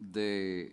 de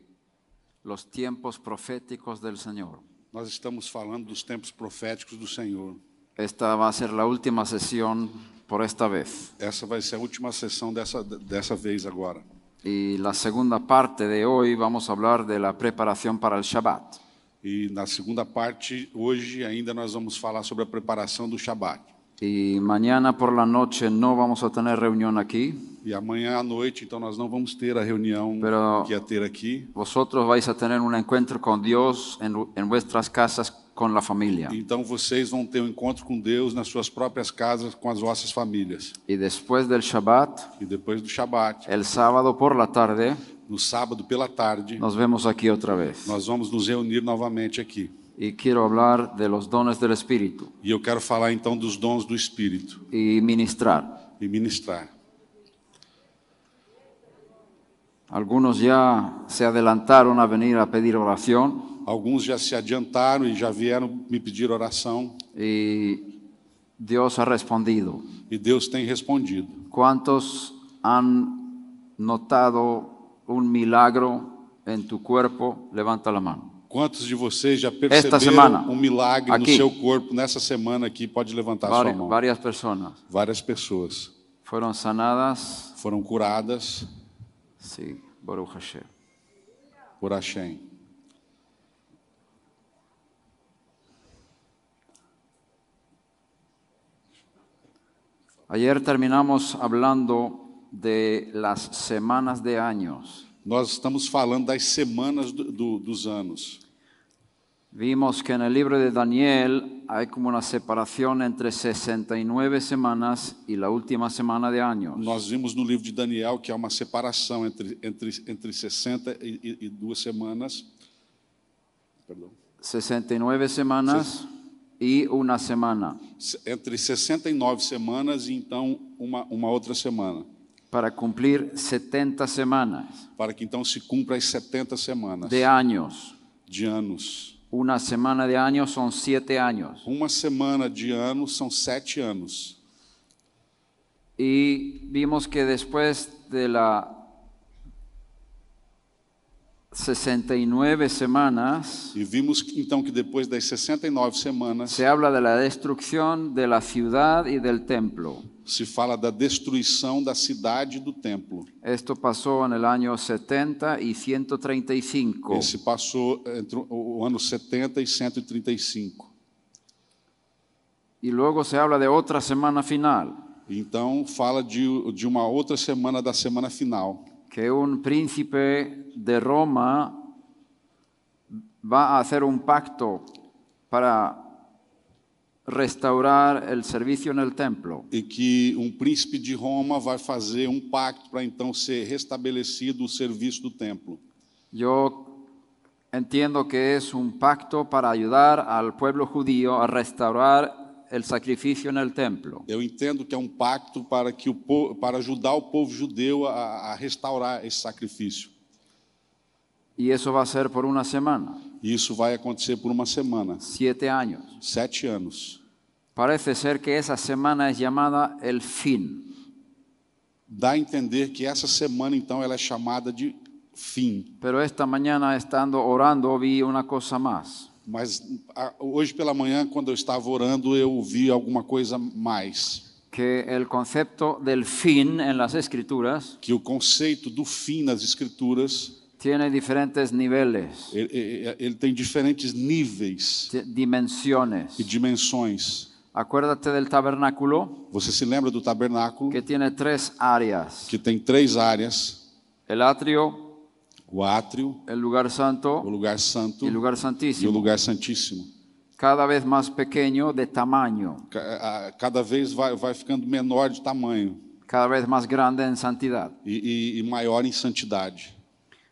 los tiempos proféticos del Señor. Nós estamos falando dos tempos proféticos do Senhor. Esta va a ser la última sesión por esta vez. Essa vai ser a última sessão dessa, dessa vez agora. Y la segunda parte de hoy vamos a hablar de la preparación para el Shabbat. E na segunda parte, hoje ainda nós vamos falar sobre a preparação do Shabat. Y mañana por la noche no vamos a tener reunión aquí. E amanhã à noite, então nós não vamos ter a reunião Pero- que ia ter aqui. Vosotros vais a tener un encuentro con Dios en, en vuestras casas con la familia. Então vocês vão ter um encontro com Deus nas suas próprias casas, com as vossas famílias. Y después del Shabbat, E depois do Shabat, el sábado por la tarde, no sábado pela tarde, nos vemos aquí otra vez. nós vamos nos reunir novamente aqui. Y quiero hablar de los dones del Espíritu E eu quero falar então dos dons do Espírito y ministrar. e ministrar. Algunos ya se adelantaron a venir a pedir oración Alguns já se adiantaram e já vieram me pedir oração y Dios ha respondido. e Deus tem respondido. ¿Cuántos han notado un milagro en tu cuerpo? Levanta la mano. Quantos de vocês já perceberam semana, um milagre aqui. no seu corpo nessa semana aqui? Pode levantar Vari- sua mão. varias personas Várias pessoas fueron sanadas. foram curadas Sí, Baruch Hashem. por Hashem. Ayer terminamos hablando de las semanas de años. Nós estamos falando das semanas do- do- dos anos. Vimos que en el libro de Daniel hay como una separación entre 69 semanas y la última semana de años. Nós vimos no livro de Daniel que há uma separação entre, entre, entre 60 e, e- e duas semanas. Perdão. 69 semanas y una semana Se- Entre 69 semanas e então uma, uma outra semana. para cumplir 70 semanas Para que então se cumpra as 70 semanas de años. de anos. Una semana de años son siete años. Uma semana de ano são sete anos. Y vimos que después de la 69 semanas E vimos que, então que depois das 69 semanas se habla de la destrucción de la ciudad y del templo. se fala da destruição da cidade e do templo. Esto pasó en el año 70 y 135. Esse passou entre o- o ano 70 e 135. Y luego se habla de otra semana final, Então fala de, de uma outra semana da semana final, que un príncipe de Roma va a hacer un pacto para restaurar el servicio en el templo. e que um príncipe de Roma vai fazer um pacto para então ser restabelecido o serviço do templo. Yo entiendo que es un pacto para ayudar al pueblo judío a restaurar el sacrificio en el templo. Eu entendo que é um pacto para que o po- para ajudar o povo judeu a, a restaurar esse sacrifício. Y eso va a ser por una semana, E isso vai acontecer por uma semana, siete años. sete anos. Parece ser que esa semana es llamada el fin, Dá a entender que essa semana, então, ela é chamada de fim. pero esta mañana estando orando vi una cosa más. Mas a- hoje pela manhã, quando eu estava orando, eu ouvi alguma coisa mais. que el concepto del fin en las escrituras Que o conceito do fim nas Escrituras, tiene diferentes niveles, ele, ele- ele tem diferentes níveis ti- e dimensiones. dimensões. Acuérdate del tabernáculo Você se lembra do tabernáculo, que tiene tres áreas, que tem três áreas: el atrio, o átrio, el lugar o santo lugar santo y el lugar e o santísimo, lugar santíssimo. cada vez más pequeño de tamaño, Ca- a- Cada vez vai, vai ficando menor de tamanho. cada vez más grande en santidad. e, e- e maior em santidade.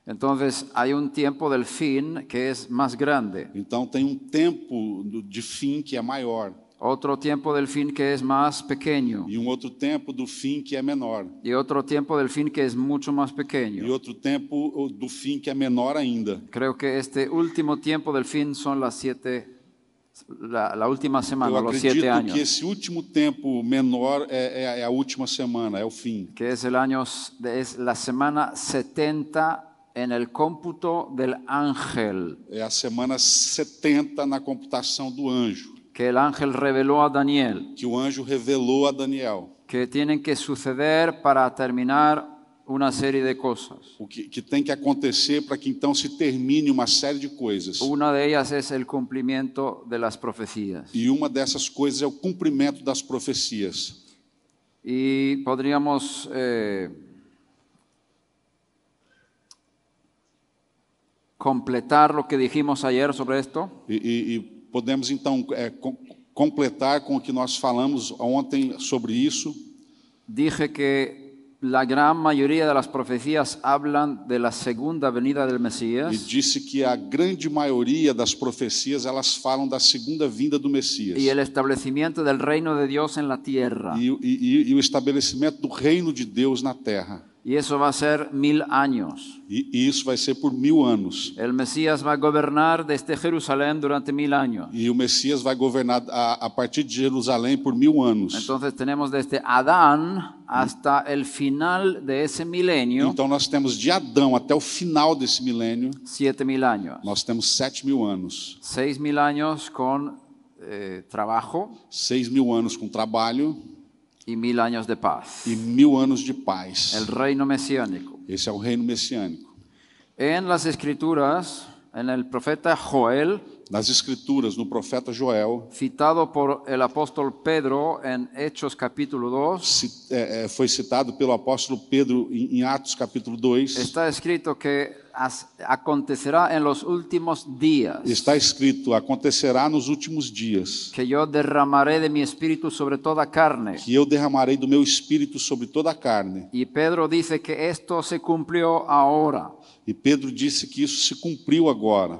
Entonces hay un tiempo del fin que es más grande, Então tem um tempo do- de fim que é maior otro tiempo del fin que es más pequeño e um outro tempo do fim que é menor y otro tiempo del fin que es mucho más e pequeño. outro tempo o- do fim que é menor ainda. Creo que este último tiempo del fin son las siete, la, la última Eu semana, los acredito siete años, que esse último tempo menor é, é- é a última semana, é o fim. que es el año, es la semana 70 en el cómputo del ángel. É a semana 70 na computação do anjo, que el ángel reveló a Daniel, que o anjo revelou a Daniel, que tienen que suceder para terminar una serie de cosas. o que, que tem que acontecer para que então se termine uma série de coisas. Una de ellas es el cumplimiento de las profecías. E uma dessas coisas é o cumprimento das profecias. Y podríamos eh, completar lo que dijimos ayer sobre esto. E, e- e podemos então é, com- completar com o que nós falamos ontem sobre isso. Dije que la gran mayoría de las profecías hablan de la segunda venida del E Mesías disse que a grande maioria das profecias elas falam da segunda vinda do Messias y el establecimiento del reino de Dios en la tierra. E o- e- e- e o estabelecimento do reino de Deus na Terra. Y eso va a ser mil años. E, e isso vai ser por mil anos. El Mesías va a gobernar desde Jerusalén durante mil años. E o Messias vai governar a, a partir de Jerusalém por mil anos. Entonces tenemos desde Adán hasta el final de ese milenio, Então nós temos de Adão até o final desse milênio, siete mil años. nós temos sete mil anos. Seis mil años con eh, trabajo Seis mil anos com trabalho, y mil años de paz. e mil anos de paz. El reino mesiánico. Esse é o reino messiânico. En las escrituras, en el profeta Joel, Nas Escrituras, no profeta Joel, citado por el apóstol Pedro en Hechos capítulo 2, ci- é, é, foi citado pelo apóstolo Pedro em, em Atos capítulo 2, Está escrito que as- acontecerá en los últimos días está escrito: Acontecerá nos últimos dias que yo derramaré de mi espíritu sobre toda carne. que eu derramarei do meu espírito sobre toda a carne. Y Pedro dice que esto se cumplió ahora. E Pedro disse que isso se cumpriu agora.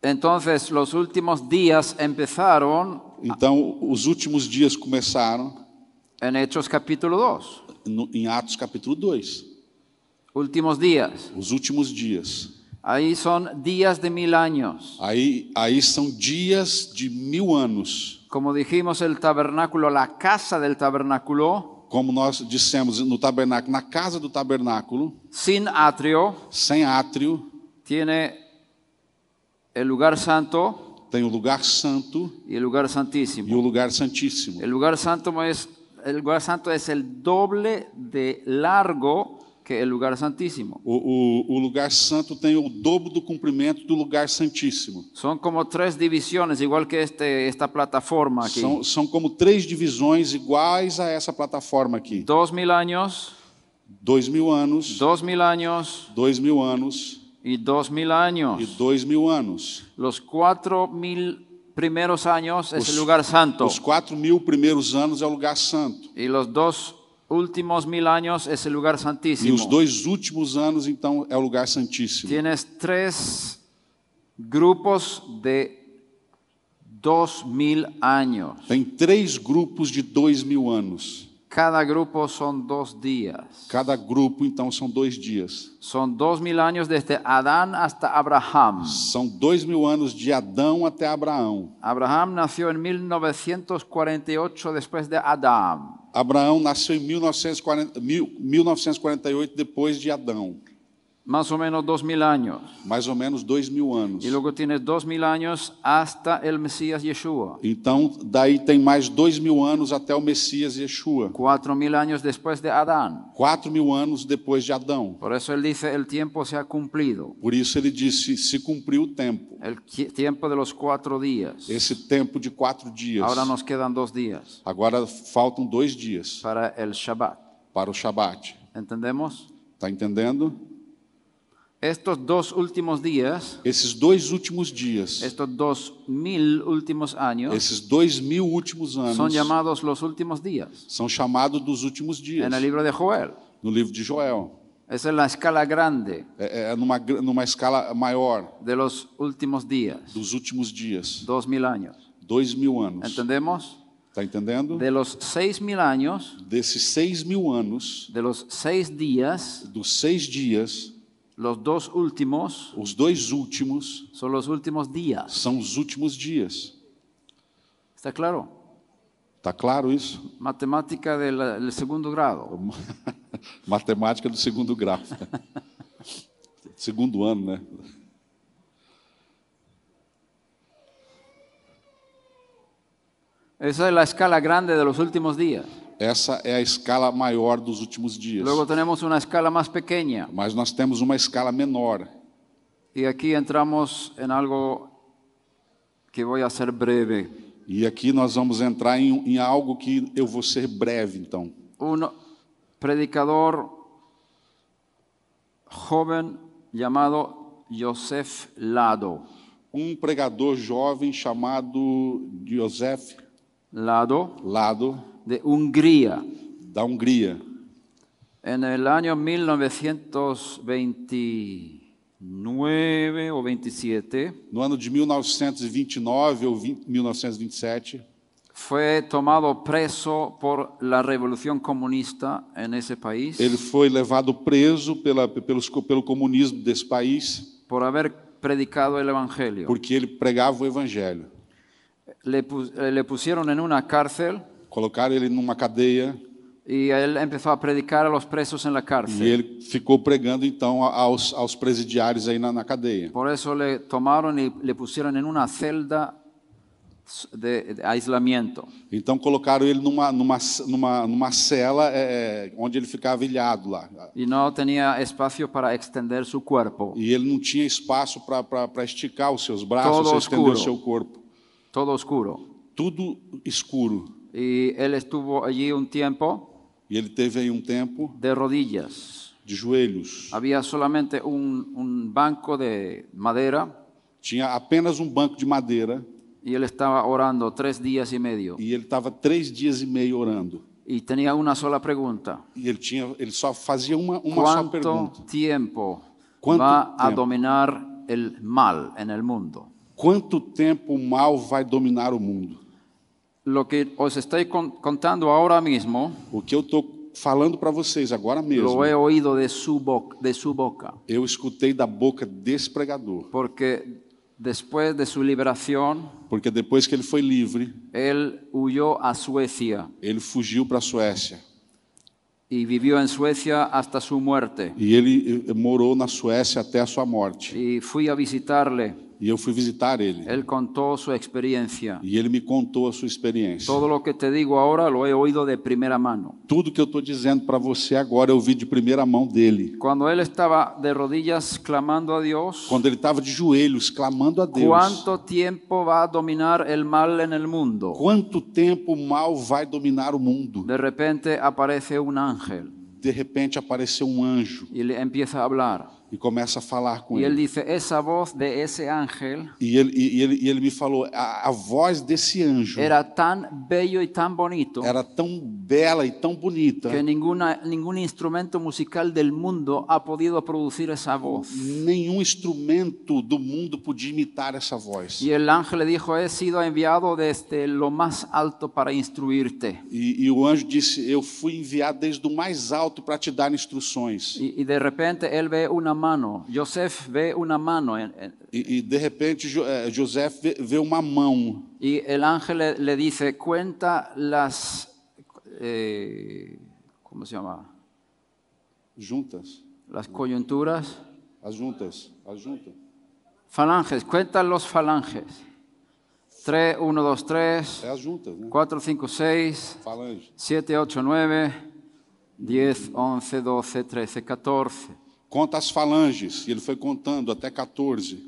Entonces los últimos días empezaron Então, os últimos dias começaram en Hechos capítulo 2. no, em Atos capítulo 2. Últimos días. Os últimos dias. Ahí son días de mil años. Aí, aí são dias de mil anos. Como dijimos, el tabernáculo, la casa del tabernáculo, como nós dissemos no tabernáculo, na casa do tabernáculo, sin atrio, sem átrio, tiene el lugar santo, tem o lugar santo y el lugar e santísimo. o lugar santíssimo. El lugar santo es el lugar santo es el doble de largo que el lugar santísimo. O, o, o lugar santo tem o dobro do comprimento do lugar santíssimo. Son como tres divisiones, igual que este, esta plataforma aquí. São, são como três divisões iguais a essa plataforma aqui: Dos mil años, dois mil anos, dos mil años dois mil anos y dos mil e anos. dois mil anos. Los cuatro mil primeros años es el lugar santo Os quatro mil primeiros anos é o lugar santo. y los dos últimos mil años es el lugar E os santísimo. dois últimos anos, então, é o lugar santíssimo. Tienes tres grupos de dos mil años. Tem três grupos de dois mil anos. Cada grupo son dos días. Cada grupo, então, são dois dias. Son dos mil años desde Adán hasta Abraham. São dois mil anos de Adão até Abraão. Abraham nació en 1948 después de Adán. Abraão nasceu em 1940, mil- 1948, depois de Adão. Más o menos dos mil años. Mais ou menos dois mil anos. Y luego tienes dos mil años hasta el Mesías Yeshua. Então, daí tem mais dois mil anos até o Messias Yeshua. Cuatro mil años después de Adán. Quatro mil anos depois de Adão. Por eso él dice, el tiempo se ha cumplido. Por isso ele disse, se cumpriu o tempo. El qui- tiempo de los cuatro días. Esse tempo de quatro dias. Ahora nos quedan dos días Agora faltam dois dias para el Shabbat. para o Shabat. ¿Entendemos? Está entendendo? Estos dos últimos días Esses dois últimos dias. Estos dos mil últimos años Esses dois mil últimos anos son llamados los últimos días É são chamados dos últimos dias en el libro de Joel. no livro de Joel. Esa es la escala grande é, é numa, gr- numa escala maior de los últimos días, dos últimos dias, dos mil años. dois mil anos. ¿Entendemos? Está entendendo? Então- De los seis mil años, Desses seis mil anos, de los seis días, dos seis dias, los dos últimos os dois últimos son los últimos días. são os últimos dias. ¿Está claro? Tá claro isso? Matemática del, del segundo grado. Matemática do segundo grau. segundo ano, né? Esa es la escala grande de los últimos días. Essa é a escala maior dos últimos dias. Luego tenemos una escala más pequeña. Mas nós temos uma escala menor. Y aquí entramos en algo que voy a hacer breve. E aqui nós vamos entrar em, em algo que eu vou ser breve, então. Un predicador joven llamado Joseph Lado. Um pregador jovem chamado Joseph Lado Lado, de Hungría. da Hungria. En el año 1929 o 27 No ano de 1929 ou 20 1927, fue tomado preso por la revolución comunista en ese país ele foi levado preso pela, pelos, co- pelo comunismo desse país, por haber predicado el Evangelio. porque ele pregava o evangelho. Le, pus- eh, le pusieron en una cárcel Colocaram ele numa cadeia y él empezó a predicar a los presos en la e cárcel. ele ficou pregando, então, a- aos, aos presidiários aí na, na cadeia. Por eso le tomaron y le pusieron en una celda s- de, de aislamiento. Então colocaram ele numa, numa, numa, numa cela é, é, onde ele ficava ilhado lá. Y no tenía espacio para extender su cuerpo. E ele não tinha espaço para esticar os seus braços, Todo ou estender o escuro. seu corpo. Todo oscuro. Tudo escuro. Y él estuvo allí un tiempo E ele teve aí um tempo de rodillas. de joelhos. Había solamente un, un banco de madera Tinha apenas um banco de madeira y él estaba orando tres días y medio. e ele estava três dias e meio orando. Y tenía una sola pregunta. E ele, tinha, ele só fazia uma, uma só ¿Cuánto pergunta. tiempo ¿Cuánto va a tiempo? dominar el mal en el mundo? Quanto tempo o mal vai dominar o mundo? Lo que os estoy con- contando ahora mismo O que eu estou falando para vocês agora mesmo, lo he oído de su, bo- de su boca, eu escutei da boca desse pregador. porque después de su liberación, Porque depois que ele foi livre, él huyó a Suecia. ele fugiu para a Suécia. y vivió en Suecia hasta su muerte. E ele eh, morou na Suécia até a sua morte. Y fui a visitarle. E eu fui visitar ele. Él contó su experiencia. E ele me contou a sua experiência. Todo lo que te digo ahora lo he oído de primera mano. Tudo que eu estou dizendo para você agora eu vi de primeira mão dele. Cuando él estaba de rodillas clamando a Dios, Quando ele estava de joelhos, clamando a Deus. ¿cuánto tiempo va a dominar el mal en el mundo? Quanto tempo o mal vai dominar o mundo? De repente aparece un ángel De repente apareceu um anjo y le empieza a hablar. e começa a falar com Y él ele. dice, essa voz de ese ángel E ele, e ele, e ele me falou: a, a voz desse anjo era tan bello y tan bonito era tão bela e tão bonita que ninguna, ningún instrumento musical del mundo ha podido producir esa voz. Nenhum instrumento do mundo podia imitar essa voz. Y el ángel le dijo, he sido enviado desde lo más alto para instruirte. E, e o anjo disse: Eu fui enviado desde o mais alto para te dar instruções. Y, y de repente él ve una mano, Joseph ve una mano en- en- E, e de repente jo, eh, José vê, vê uma mão. y el ángel le, le dice, cuenta las, eh, ¿cómo se llama? Juntas. Las coyunturas, As juntas. As juntas. falanges, cuenta los falanges. 3, 1, 2, 3, É as juntas, né? 4, 5, 6, Falange. 7, 8, 9, 10, 11, 12, 13, 14. Conta as falanges. E ele foi contando até 14.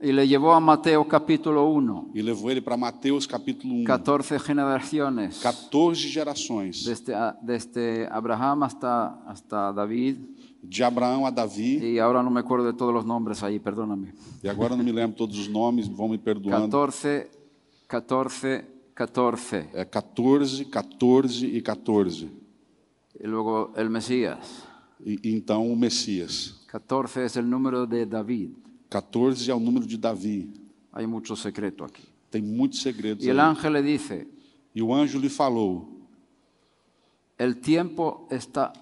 Y le llevó a Mateo capítulo 1, E levou ele para Mateus capítulo 1. 14 generaciones, 14 gerações. desde, a- desde Abraham hasta, hasta David, De Abraão a Davi. y ahora no me acuerdo de todos los nombres ahí, perdóname. E agora eu não me lembro todos os nomes, vão me perdoando. 14, 14, 14, É 14, 14 e 14. y luego el Mesías. E, e então o Messias. 14 es el número de David. 14 é o número de Davi. Hay mucho secreto aquí. Tem muitos segredos. Y el aí. ángel le dice, E o anjo lhe falou: el tiempo está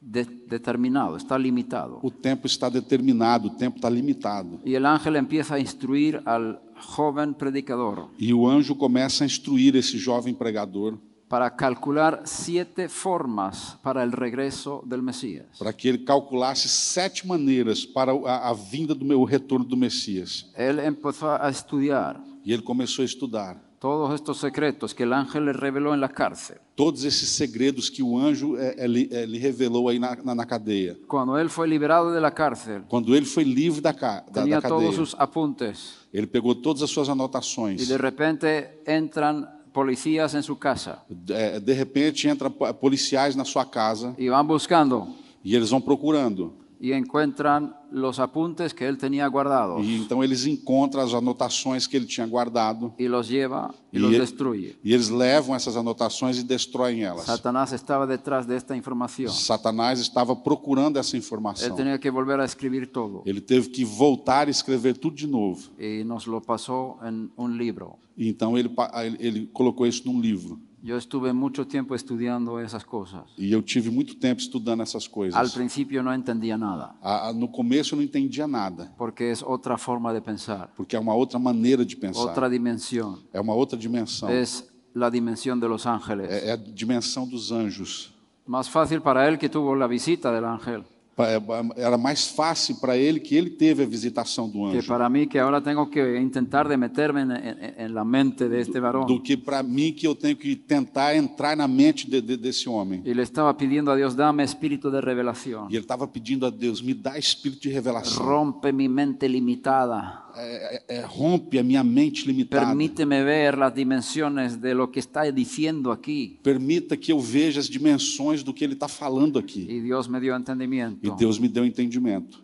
de- determinado, está limitado. o tempo está determinado, o tempo está limitado. Y el ángel empieza a instruir al joven predicador E o anjo começa a instruir esse jovem pregador para calcular siete formas para el regreso del Mesías. para que ele calculasse sete maneiras para a, a vinda do meu o retorno do Messias. Él empezó a estudiar E ele começou a estudar todos estos secretos que el ángel le reveló en la cárcel. todos esses segredos que o anjo é, é, lhe- é, lhe revelou aí na, na, na cadeia. Cuando él fue liberado de la cárcel, Quando ele foi livre da, ca, da, da tenía todos cadeia, sus apuntes ele pegou todas as suas y anotações. de repente entran policías en su casa É, de repente entra po- policiais na sua casa y van buscando e eles vão procurando. y encuentran los apuntes que él tenía guardados E então eles encontram as anotações que ele tinha guardado y los lleva y Y los él- destruye. e eles levam essas anotações e destroem elas. Satanás estaba detrás de esta información. Satanás estava procurando essa Él informação. tenía que volver a escribir todo Ele teve que voltar e escrever tudo de novo. y nos lo pasó en un libro. E Então ele, pa- ele- ele colocou isso num livro. Yo estuve mucho tiempo estudiando esas cosas. E eu tive muito tempo estudando essas Al coisas. principio no entendía nada, A- a- no começo eu não entendia nada, porque es otra forma de pensar, porque é uma outra maneira de otra pensar. dimensión. É uma outra dimensão. É, Es la dimensión de los ángeles. é a dimensão dos anjos. Más fácil para él que tuvo la visita del ángel Pa- é- Era mais fácil para ele que ele teve a visitação do que anjo para mí que ahora tengo que intentar de meterme en, en- en la mente de este varón. do que para mim que eu tenho que tentar entrar na mente de- de- desse homem. Y le estaba pidiendo a Dios, dame espíritu de revelación. E ele estava pedindo a Deus, me dá espírito de revelação. Rompe mi mente limitada. É, é, é, rompe a minha mente limitada. Permíteme ver las dimensiones de lo que está diciendo aquí. Permita que eu veja as dimensões do que ele está falando aqui. Y Dios me dio E entendimiento. Deus me deu entendimento.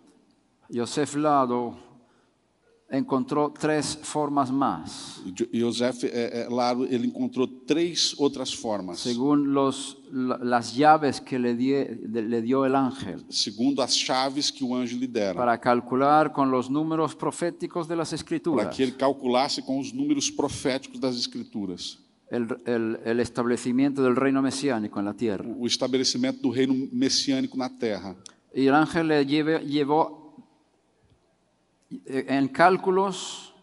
Joseph Lado encontró tres formas más, E Jo- Joseph é, é, Laro ele encontrou três outras formas, según los, la- las llaves que le, die- de- le dio el ángel, segundo as chaves que o anjo lhe dera, para calcular con los números proféticos de las para escrituras que ele calculasse com os números proféticos das escrituras el, el- el establecimiento del reino mesiánico en la tierra. o estabelecimento do reino messiânico na Terra. Y el ángel le lleve- llevó eh, en cálculos,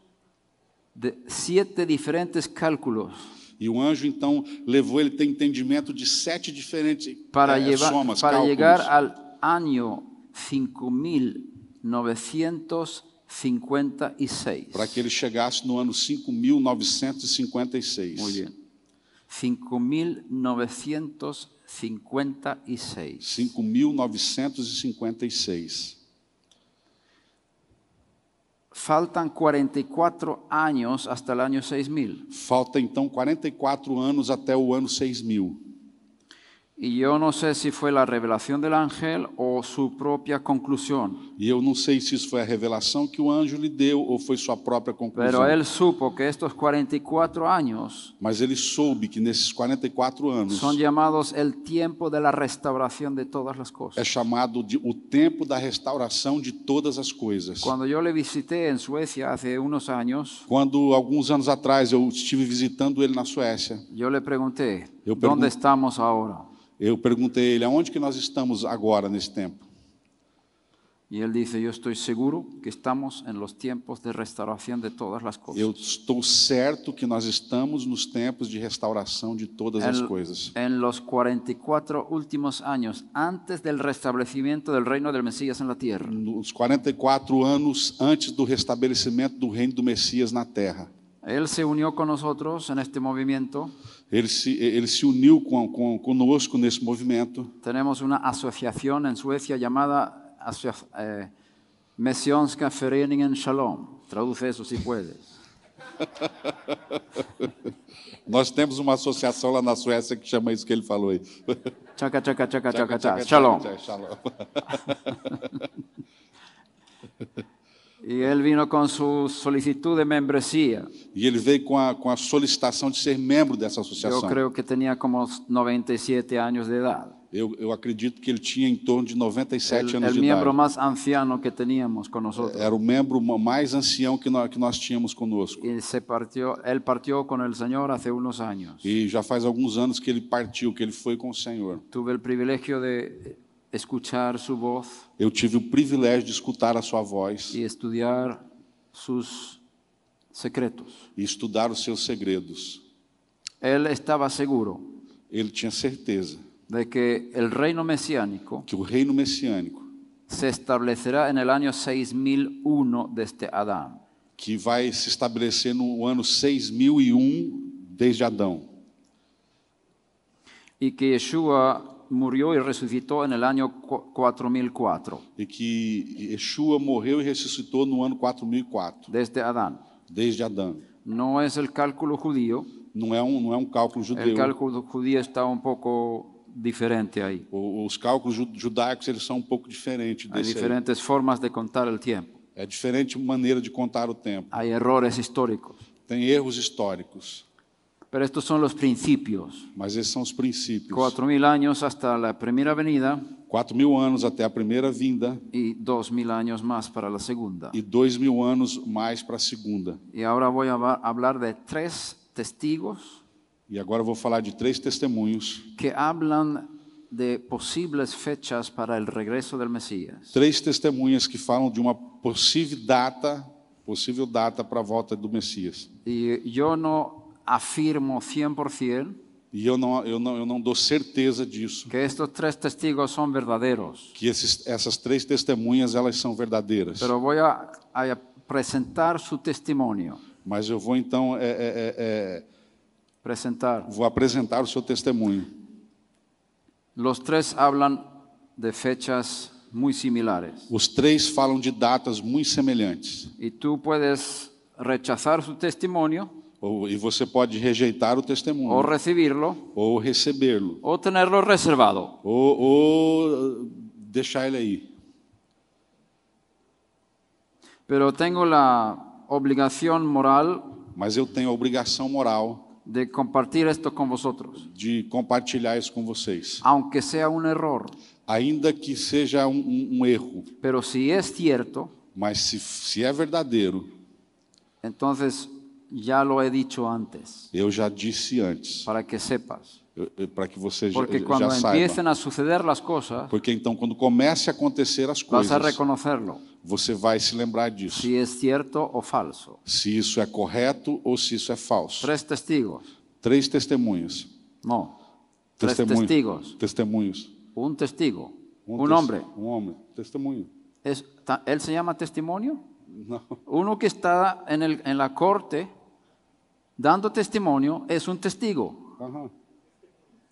de siete diferentes cálculos. E o anjo então levou ele a ter entendimento de sete diferentes para, é, llevar- somas, para Eh, cálculos, llegar al año 5956. para que ele chegasse no ano 5.956. Muy bien. 5956. 5.956. Faltan 44 años hasta el año 6000. Falta então 44 anos até o ano 6.000. Y yo no sé si fue la revelación del ángel o su propia conclusión, E eu não sei se isso foi a revelação que o anjo lhe deu ou foi sua própria conclusão. pero él supo que estos 44 años Mas ele soube que nesses 44 anos son llamados el tiempo de la restauración de todas las cosas. é chamado de o tempo da restauração de todas as coisas. Cuando yo le visité en Suecia hace unos años, Quando alguns anos atrás eu estive visitando ele na Suécia, yo le pregunté, Yo pregun- ¿dónde estamos ahora? eu perguntei a ele aonde que nós estamos agora nesse tempo. Y él dice, yo estoy seguro que estamos en los tiempos de restauración de todas las cosas. Eu estou certo que nós estamos nos tempos de restauração de todas as En- coisas. En los 44 últimos anos, antes del restablecimiento del reino del Mesías en la tierra, Nos 44 anos antes do restabelecimento do reino do Messias na Terra. él se unió con nosotros en este movimiento. Ele se, ele se uniu com, com, conosco nesse movimento. Tenemos una asociación en Suecia llamada asocia- eh, Messianska Föreningen Shalom. Traduce eso si puedes. Nós temos uma associação lá na Suécia que chama isso que ele falou aí. Chaca, chaca, chaca, chaca, chaca. Shalom. Shalom. Y él vino con su solicitud de membresía. E ele veio com a, com a solicitação de ser membro dessa Yo associação. creo que tenía como 97 años de edad. Eu, eu acredito que ele tinha em torno de 97 El, anos el de miembro idade. más anciano que teníamos con nosotros. Era o membro ma- mais ancião que nós, que nós tínhamos conosco. Y se partió, él partió con el Señor hace unos años. E já faz alguns anos que ele partiu, que ele foi com o Senhor. Tuve el privilegio de escuchar su voz Eu tive o privilégio de escutar a sua voz y estudiar sus secretos. e estudar os seus segredos. Él estaba seguro Ele tinha certeza de que el reino mesiánico que o reino messiânico, se establecerá en el año 6001 desde este Adán. que vai se estabelecer no ano 6001 desde Adão, y que Yeshua murió y resucitó en el año cu- 4004, e que Yeshua morreu e ressuscitou no ano 4004, desde este Adán. desde Adão. No es el cálculo judío, Não é um, não é um cálculo el judeu. cálculo judío está un poco diferente ahí. O- Os cálculos ju- judaicos eles são um pouco diferentes Hay desse aí. diferentes formas de contar el tiempo, É diferente a maneira de contar o tempo. hay errores históricos, Tem erros históricos, pero estos son los principios. mas esses são os princípios. 4000 años hasta la primera venida Quatro mil anos até a primeira vinda y 2000 años más para la segunda. e dois mil anos mais para a segunda. Y ahora voy a hab- hablar de tres testigos E agora eu vou falar de três testemunhos. que hablan de posibles fechas para el regreso del Mesías. Três testemunhas que falam de uma possível data, possível data para a volta do Messias. Y yo no afirmo 100% E eu não, eu não, eu não dou certeza disso, que estos tres testigos son verdaderos, que esses, essas três testemunhas elas são verdadeiras. pero voy a, a presentar su testimonio, Mas eu vou então é, é, é, é, presentar. vou apresentar o seu testemunho. Los tres hablan de fechas muy similares Os três falam de datas muito semelhantes. y tú puedes rechazar su testimonio Ou, e você pode rejeitar o testemunho, o recibirlo ou recebê-lo, o tenerlo reservado. ou, ou deixar ele aí. Pero tengo la obligación moral Mas eu tenho a obrigação moral de compartir esto con vosotros, de compartilhar isso com vocês. aunque sea un error. Ainda que seja um, um- um erro, Pero si es cierto, mas se, se é verdadeiro, Entonces, ya lo he dicho antes, eu já disse antes, para que sepas. para que você já, Porque já cuando saiba. empiecen a suceder las cosas, Porque então, quando comece a acontecer as vas a coisas, reconocerlo, você vai se lembrar disso. si es cierto o falso. se isso é correto ou se isso é falso. Tres testigos. Três testemunhas. No, tres testigos. Testemunhos. Un testigo. Um Un tes- hombre. Um homem. Testemunho. Es- ta- ¿Él se llama testimonio? Não. Uno que está en, el- en la corte dando testimonio es un testigo. Aham.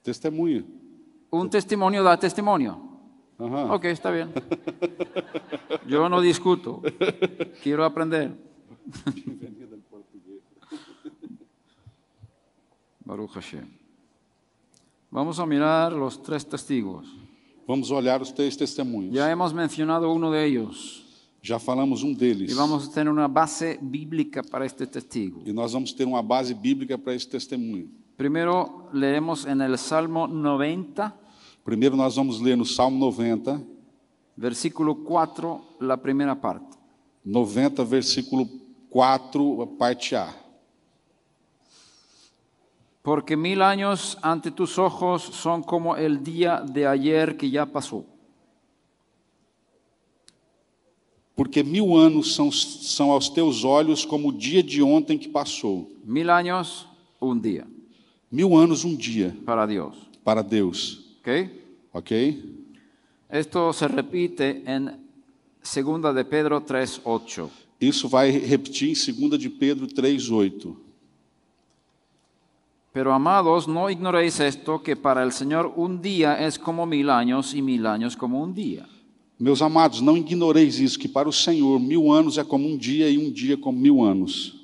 Testemunha. Un testimonio da testimonio. Aham. Ok, está bien. Yo no discuto. Quiero aprender. Baruch Hashem. Vamos a mirar los tres testigos. Vamos olhar os três testemunhos. Ya hemos mencionado uno de ellos Já falamos um deles. y vamos a tener una base bíblica para este testigo. E nós vamos ter uma base bíblica para esse testemunho. Primero leemos en el Salmo 90, Primeiro nós vamos ler no Salmo 90, versículo 4, la primera parte. 90, versículo 4, a parte A. Porque mil años ante tus ojos son como el día de ayer que ya pasó, Porque mil anos são, são aos teus olhos como o dia de ontem que passou. mil años, un día Mil anos, um dia. para Dios. para Deus, ¿ok? ok? Esto se repite en 2 de Pedro 3.8. Isso vai repetir em 2 de Pedro 3:8. Pero amados, no ignoréis esto, que para el Señor un día es como mil años y mil años como un día. Meus amados, não ignoreis isso, que para o Senhor mil anos é como um dia e um dia como mil anos.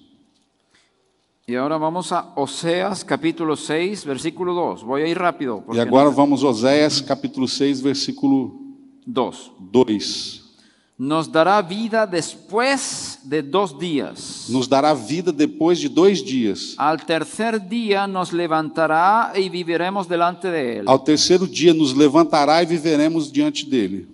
Y ahora vamos a Oseas capítulo 6, versículo 2. Voy a ir rápido. E porque agora vamos a Oséias capítulo 6, versículo 2. 2. nos dará vida después de dos días. Nos dará vida depois de dois dias. Al tercer día nos levantará y viviremos delante de Él. Ao terceiro dia nos levantará e viveremos diante dele.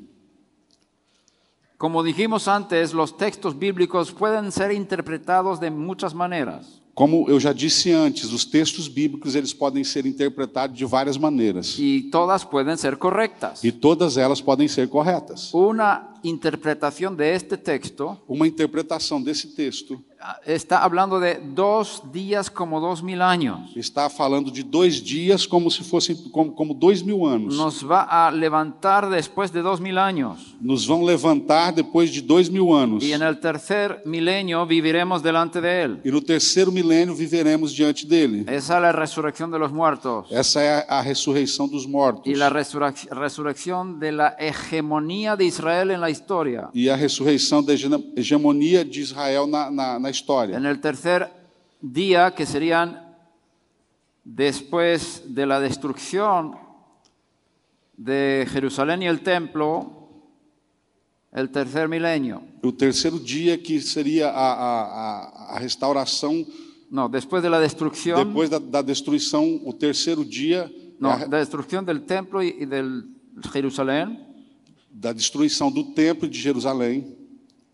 Como dijimos antes, los textos bíblicos pueden ser interpretados de muchas maneras Como eu já disse antes, os textos bíblicos eles podem ser interpretados de várias maneiras y todas pueden ser correctas. e todas elas podem ser corretas. Una interpretación de este texto Uma interpretação desse texto ah, está hablando de dos días como dos mil años. está falando de dois dias como se fossem como, como dois mil anos. Nos va a levantar después de dos mil años. Nos vão levantar depois de dois mil anos. Y en el tercer milenio viviremos delante de Él. E no terceiro milênio viveremos diante dele. Esa es la resurrección de los muertos Essa é a, a ressurreição dos mortos. y la resurrec- resurrección de la hegemonía de Israel en la historia. E a ressurreição da hege- hegemonia de Israel na, na, na história. En el tercer día, que serían después de la destrucción de Jerusalén y el templo, el tercer milenio. O terceiro dia que seria a, a, a, a restauração No, después de la destrucción, depois da, da destruição. O terceiro dia é no, a re- la destrucción del templo y, y del Jerusalén, da destruição do templo de Jerusalém.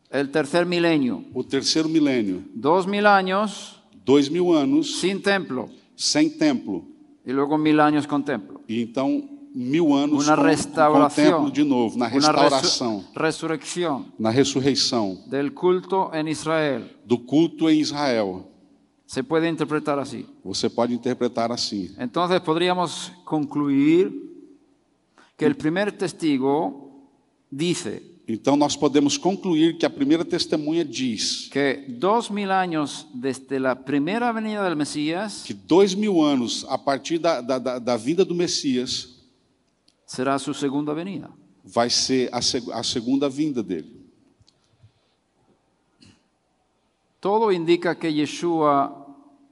el tercer milenio. O terceiro milênio. Dos mil años Dois mil anos sin templo sem templo. y luego mil años con templo. E então, mil anos Una com, com o templo restauración, de novo, na una restauração, resu- resurrección na ressurreição, del culto en Israel. do culto em Israel. Se puede interpretar así. Você pode interpretar assim. Entonces podríamos concluir que el primer testigo dice Então, nós podemos concluir que a primeira testemunha diz que dos mil años desde la primera venida del Mesías que dois mil anos a partir da, da, da, da vinda do Messias será su segunda venida. vai ser a, seg a segunda vinda dele. Todo indica que Yeshua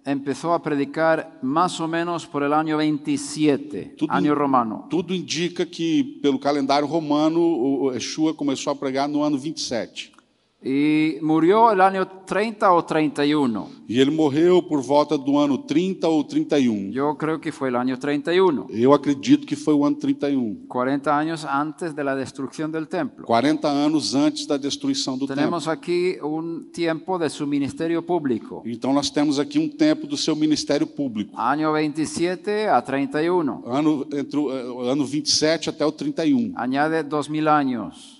empezó a predicar más o menos por el año 27, Tudo- año romano. Tudo indica que, pelo calendário romano, o o Yeshua começou a pregar no ano 27. Y murió el año 30 o 31. E ele morreu por volta do ano 30 ou 31. Yo creo que fue el año 31, Eu acredito que foi o ano 31. 40 años antes de la destrucción del templo. 40 anos antes da destruição do Tenemos aquí un tiempo de su ministerio público, templo. Então nós temos aqui um tempo do seu ministério público. año 27 a 31. Ano, entre o eh, o ano 27 até o 31. Añade 2000 años.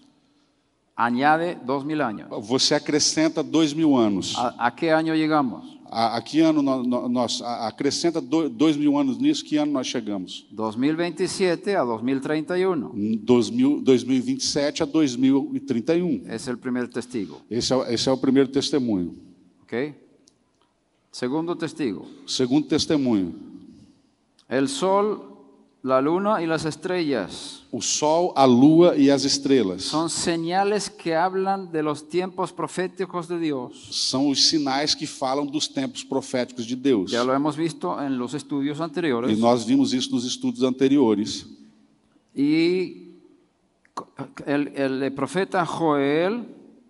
Añade 2000 años. Você acrescenta dois mil anos. ¿A, a qué año llegamos? A, a que ano nó- nó- nós... a- acrescenta do- dois mil anos nisso, que ano nós chegamos? 2027 a 2031. Em 2000, 2027 a 2031. Es el primer testigo. Esse é, o- esse é o primeiro testemunho. ¿ok? Segundo testigo. Segundo testemunho. El sol, la luna y las estrellas O sol, a lua e as estrelas. son señales que hablan de los tiempos proféticos de Dios. são os sinais que falam dos tempos proféticos de Deus. Ya lo hemos visto en los estudios E anteriores. nós vimos isso nos estudos anteriores. Y co- el, el profeta Joel,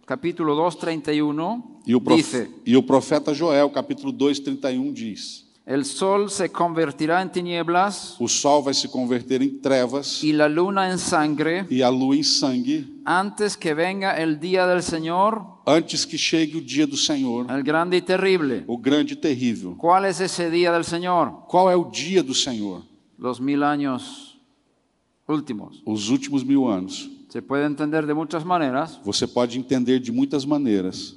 capítulo 2, 31, E o, prof- dice, e o profeta Joel, capítulo 2, 31, diz: el sol se convertirá en tinieblas O sol vai se converter em trevas y la luna en sangre e a lua em sangue, antes que venga el día del Señor, antes que chegue o dia do Senhor, el grande y terrible. o grande e terrível. ¿Cuál es ese día del Señor? Qual é o dia do Senhor? Los mil años últimos. Os últimos mil anos. Se puede entender de muchas maneras Você pode entender de muitas maneiras,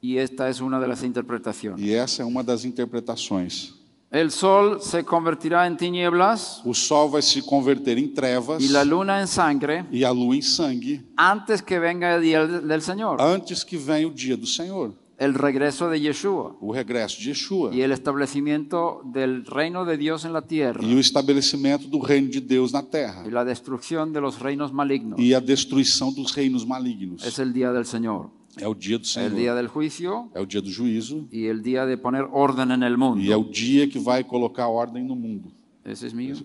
y esta es una de las interpretaciones. e essa é uma das interpretações. El sol se convertirá en tinieblas O sol vai se converter em trevas y la luna en sangre e a lua em sangue, antes que venga el día del del Señor, antes que venha o dia do Senhor, el regreso de Yeshua o regresso de Yeshua y el establecimiento del reino de Dios en la tierra e o estabelecimento do reino de Deus na y terra la destrucción de los reinos malignos. e a destruição dos reinos malignos. Es el día del Señor, É o dia do el Senhor, día del juicio é o dia do juízo y el día de poner orden en el e é mundo. o dia que vai colocar ordem no mundo. Ese es mío.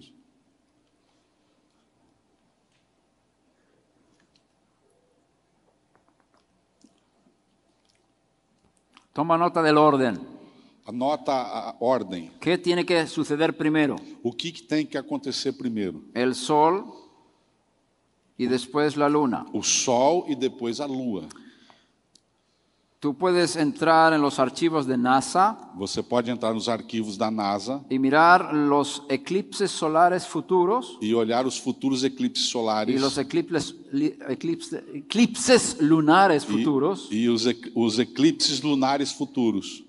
Toma nota del orden. Anota a ordem. ¿Qué tiene que suceder primero? O que, que tem que acontecer primeiro? El sol y después la luna. O sol e depois a lua. Tú puedes entrar en los archivos de NASA Você pode entrar nos arquivos da NASA y mirar los eclipses solares futuros e olhar os futuros eclipses solares y los eclipses, li- eclipse- eclipses lunares e- futuros e os, ec- os eclipses lunares futuros.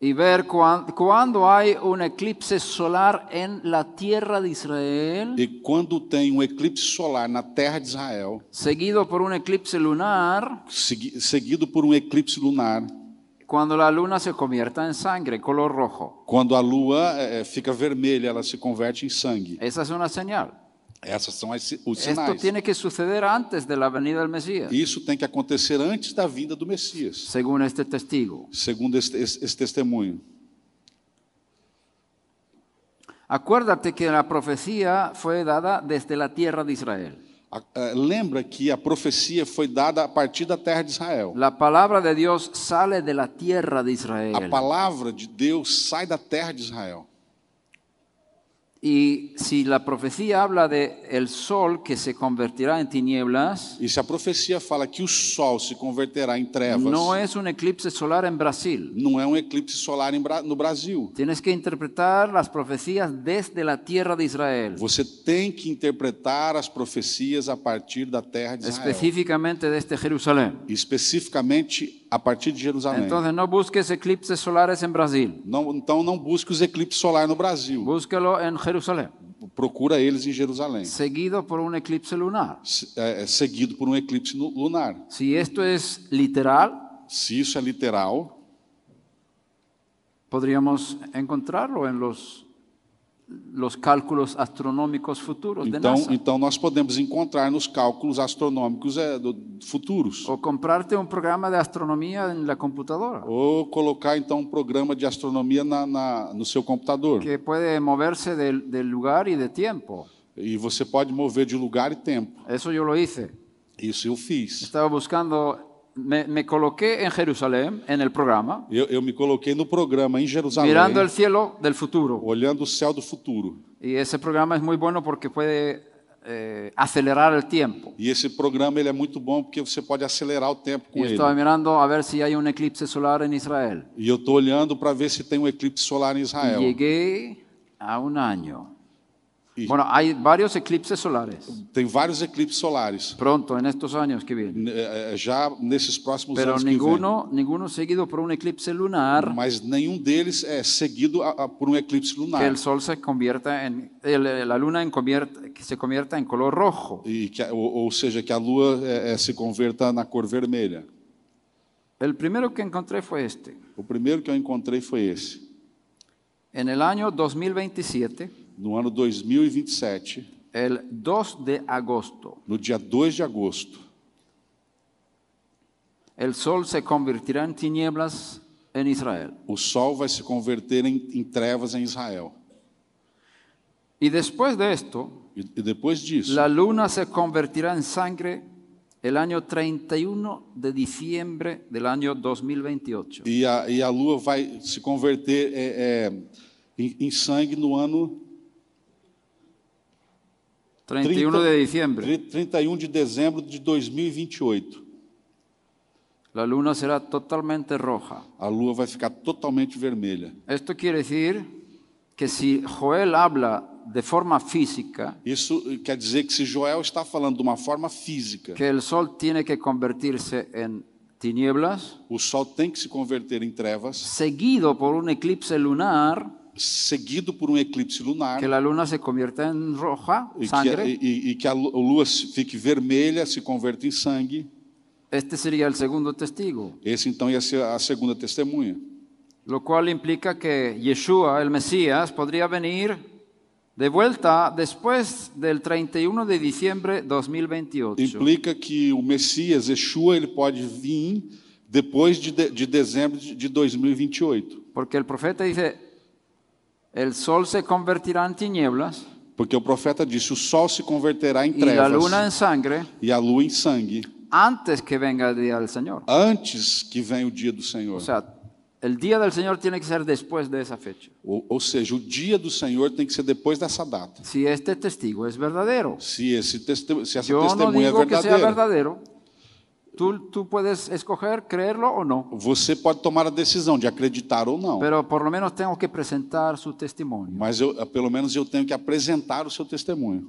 y ver cuán- cuándo hay un eclipse solar en la tierra de Israel, E quando tem um eclipse solar na terra de Israel, seguido por un eclipse lunar, segui- seguido por um eclipse lunar, cuando la luna se convierta en sangre, color rojo. quando a lua eh, fica vermelha, ela se converte em sangue. Esa es una señal. Essas são as si- os Esto sinais. tiene que suceder antes de la venida del Mesías, Isso tem que acontecer antes da vinda do Messias, según este testigo. segundo esse, esse- esse testemunho. Acuérdate que la profecía fue dada desde la tierra de Israel. A- eh, Lembra que a profecia foi dada a partir da terra de Israel. La palabra de Dios sale de la tierra de A Israel. palavra de Deus sai da terra de Israel. Y si la profecía habla de el sol que se convertirá en tinieblas, E se a profecia fala que o sol se converterá em trevas, no es un eclipse solar en Brasil. não é um eclipse solar em Bra- no Brasil. Tienes que interpretar las profecías desde la tierra de Israel, Você tem que interpretar as profecias a partir da terra de Israel, específicamente desde Jerusalén. especificamente a partir de Jerusalém. Entonces no busques eclipses solares en Brasil, Não- então não busque os eclipses solar no Brasil, búscalo en Jerusalén, procura eles em Jerusalém, seguido por un eclipse lunar. se- é, é, seguido por um eclipse nu- lunar. Si esto es literal, Se isso é literal, podríamos encontrarlo en los, los cálculos astronómicos futuros de então, NASA. então nós podemos encontrar nos cálculos astronômicos é, do- futuros. O comprarte un programa de astronomía en la computadora Ou colocar então um programa de astronomia na, na- no seu computador. que puede moverse del, del lugar y de tiempo. E você pode mover de lugar e tempo. Eso yo lo hice. Isso eu fiz. Estaba buscando, me, me coloqué en Jerusalén, en el programa, Eu, eu me coloquei no programa em Jerusalém, mirando el cielo del futuro. olhando o céu do futuro. Y ese programa es muy bueno porque puede eh, acelerar el tiempo. E esse programa ele é muito bom porque você pode acelerar o tempo Y com ele. estaba mirando a ver si hay un eclipse solar en Israel. E eu estou olhando para ver se tem um eclipse solar em Y Israel. llegué a un año. Y- Bueno, hay varios eclipses solares Tem vários eclipses solares pronto en estos años que vienen. n- eh, eh, já nesses próximos Pero anos que ninguno, ninguno seguido por un eclipse lunar vem. Mas nenhum deles é seguido a- a- por um eclipse lunar. que el sol se convierta en el- la luna en convier- que se convierta en color rojo. e que, a- ou, ou seja, que a lua eh, eh, se converta na cor vermelha. El primero que encontré fue este. O primeiro que eu encontrei foi esse, En el año 2027, no ano 2027, el 2 de agosto, no dia 2 de agosto. el sol se convertirá en tinieblas en Israel. O sol vai se converter em, em trevas em Israel. Y después de esto, E, e depois disso, La luna se convertirá en sangre el año 31 de diciembre del año 2028. e, a, e a lua vai se converter eh, eh, em, em sangue no ano 31 de diciembre. 31 de dezembro de 2028. La luna será totalmente roja. A lua vai ficar totalmente vermelha. Esto quiere decir que si Joel habla de forma física, Isso quer dizer que se Joel está falando de uma forma física, que el sol tiene que convertirse en tinieblas, O sol tem que se converter em trevas, seguido por un eclipse lunar, seguido por um eclipse lunar, que la luna se convierta en roja, e, que, sangre. e- e que a lu- a lua se- fique vermelha, se converta em sangue. Este sería el segundo testigo. Esse então ia ser a segunda testemunha. Lo cual implica que Yeshua, el Mesías, podría venir de vuelta después del 31 de diciembre 2028. Implica que o Messias, Yeshua, ele pode vir depois de, de, de dezembro de, de 2028. Porque el profeta dice, el sol se convertirá en tinieblas Porque o profeta disse: o sol se converterá em y la trevas luna en sangre e a lua em sangue antes que venga el día del Señor. antes que venha o dia do Senhor. O sea, el día del Señor tiene que ser después de esa fecha. Ou, ou seja, o dia do Senhor tem que ser depois dessa data. Si este testigo es verdadero, Se, esse teste- se essa yo no testemunha é digo que sea verdadeira, verdadero. Tú, tú puedes escoger creerlo o no, você pode tomar a decisão de acreditar ou não. pero por lo menos tengo que presentar su testimonio. Mas eu, pelo menos eu tenho que apresentar o seu testemunho.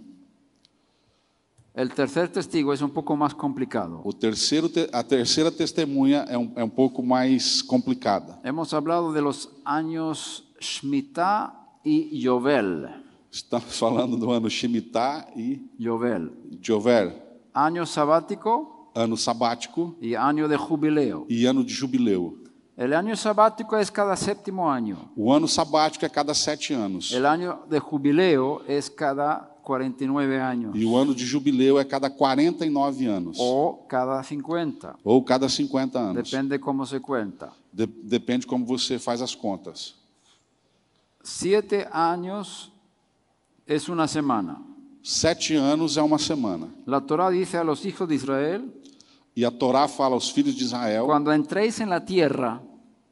El tercer testigo es un poco más complicado. O terceiro, te- a terceira testemunha é um, é um pouco mais complicada. Hemos hablado de los años Shemitah y Yovel. Estamos falando do ano Shemitah e Yovel. Jover, Año sabático ano sabático y año de jubileo. e ano de jubileu. El año sabático es cada séptimo año. O ano sabático é cada sete anos. El año de jubileo es cada 49 años E o ano de jubileu é cada 49 anos. o cada 50. Ou cada 50 anos. Depende cómo se cuenta. De- depende como você faz as contas. Siete años es una semana. Sete anos é uma semana. La Torá dice a los hijos de Israel, E a Torá fala aos filhos de Israel: cuando entréis en la tierra,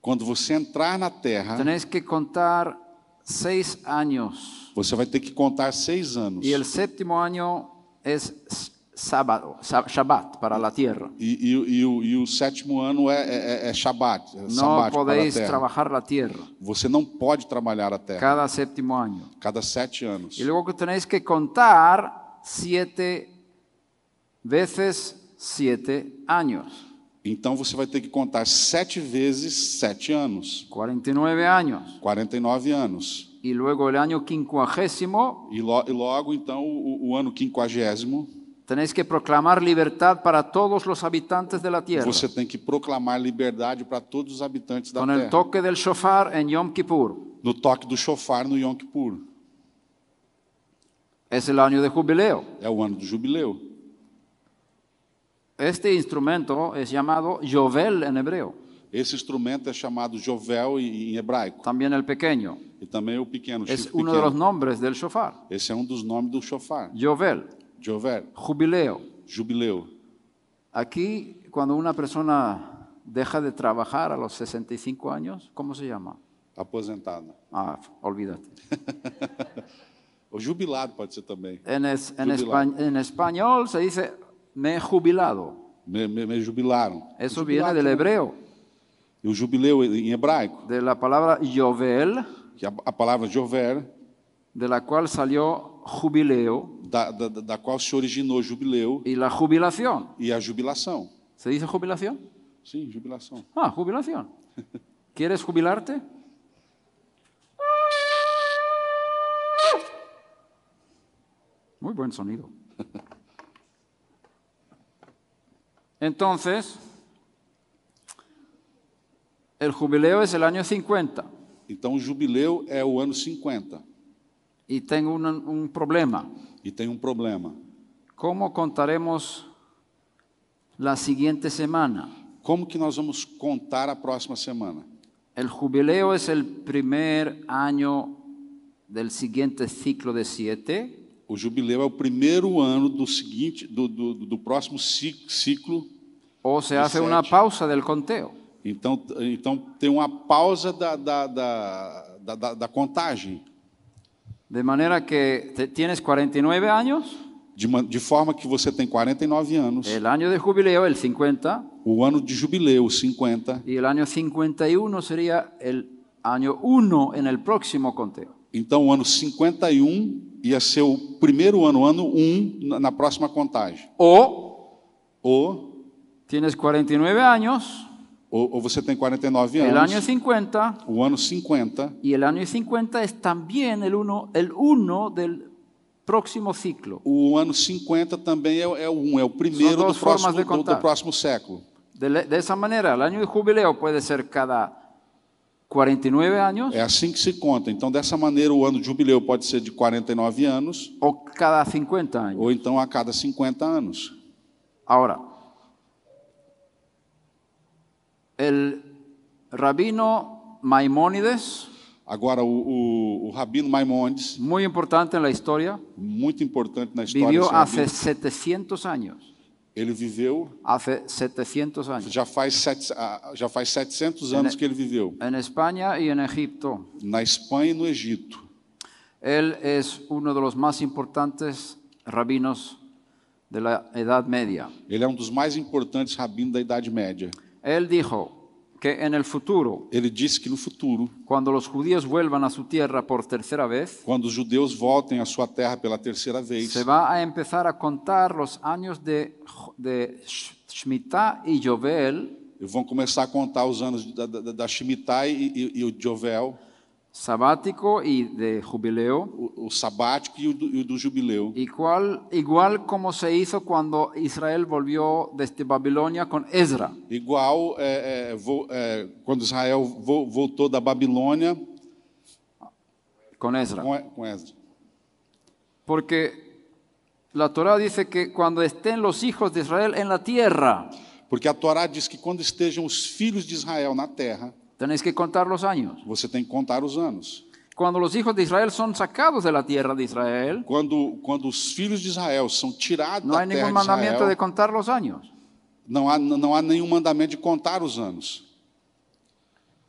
quando você entrar na terra, tenéis que contar seis años. você vai ter que contar seis anos. Y el séptimo año es s- sábado, sa- Shabbat para la tierra. E, e- e o, e o sétimo ano é, é, é- é Shabat, é No sabático para a podéis terra. trabajar la tierra Você não pode trabalhar a terra cada séptimo año. cada sete anos. Y luego que tenéis que contar siete veces siete años. Então você vai ter que contar sete vezes sete anos, 49 años. 49 anos. Y luego el año quincuagésimo E, lo- e logo então o, o ano quinquagésimo, Tenéis que proclamar libertad para todos los habitantes de la tierra. você tem que proclamar liberdade para todos os habitantes da Con el terra. toque del shofar en Yom Kippur. No toque do chofar no Yom Kippur. Es el año de jubileo. É o ano do jubileu. Este instrumento es llamado yovel en hebreo, Esse instrumento é chamado jovel em em hebraico también el pequeño. e também o pequeno. Es chifre uno de pequeno. los nombres del shofar. Esse é um dos nomes do chofar. Yovel, Jover, jubileo. jubileu. Aquí, cuando una persona deja de trabajar a los 65 años, ¿cómo se llama? Aposentado. Ah, olvídate. Ou jubilado pode ser também. En, es- en Jubilado. espa- en español se dice me he jubilado. Me, me- me jubilaram. Eso viene Jubilado del também. hebreo. E o jubileu em hebraico, de la palabra Yovel, que a, a palavra jover, de la cual salió jubileo da, da, da- da qual se originou jubileu y la jubilación. e a jubilação. ¿Se dice jubilación? Sim, jubilação. Ah, jubilación. ¿Quieres jubilarte? Muy buen sonido. Entonces, el jubileo es el año 50 Então o jubileu é o ano 50. y tengo un- un problema. E tem um problema. ¿Cómo contaremos la siguiente semana? Como que nós vamos contar a próxima semana? El jubileo es el primer año del siguiente ciclo de siete O jubileu é o primeiro ano do seguinte, do, do, do próximo ci- ciclo. o se De hace una siete. pausa del conteo. Então, então tem uma pausa da, da, da, da- da, da contagem, De manera que te- tienes 49 años, de, ma- de forma que você tem 49 anos, el año de jubileo el 50 o ano de jubileu 50. y el año 51 sería el año 1 en el próximo conteo. Então, o ano 51 ia ser o primeiro ano, o ano 1, na, na próxima contagem. O Ou, tienes 49 anos, ou, ou você tem 49 el año anos, 50 o ano 50 Y el año 50 es también el 1 el uno del próximo ciclo, O ano 50 também é, é um, é o primeiro do duas formas próximo, de do, contar. do próximo século. De, le- de esa manera, el año de jubileo puede ser cada 49 años É assim que se conta. Então, dessa maneira, o ano de jubileu pode ser de 49 anos o cada 50 años. ou então a cada 50 anos. Ahora, el rabino Maimónides, Agora, o, o, o Rabino Maimonides, muy importante en la historia, muito importante na história, vivió esse rabino, hace 700 años. Ele viveu, hace 700 años, já faz, sete, ah, já faz 700 anos que ele viveu, en España y en Egipto. na Espanha e no Egito. Él es uno de los más importantes rabinos de la Edad Media. Ele é um dos mais importantes rabinos da Idade Média. Él dijo que en el futuro, Ele disse que no futuro, cuando los judíos vuelvan a su tierra por tercera vez, quando os judeus voltem à sua terra pela terceira vez, se va a empezar a contar los años de, Jo- de Sh- Shemitah y Jovel, vão começar a contar os anos da, da, da Shemitah e, e, e o Jovel, sabático y de jubileo, o, o sabático e o, do, e o do jubileu. Igual, igual como se hizo cuando Israel volvió desde Babilonia con Ezra. Igual é, é, vo- é, quando Israel vo- voltou da Babilônia Con Ezra. com, E- com Esdras. Porque la Torá dice que cuando estén los hijos de Israel en la tierra, Porque a Torá diz que quando estejam os filhos de Israel na terra, tenéis que contar los años. você tem que contar os anos. Cuando los hijos de Israel son sacados de la tierra de Israel, Quando, quando os filhos de Israel são tirados no da hay terra ningún de mandamiento Israel, de contar los años. não, há, não há nenhum mandamento de contar os anos.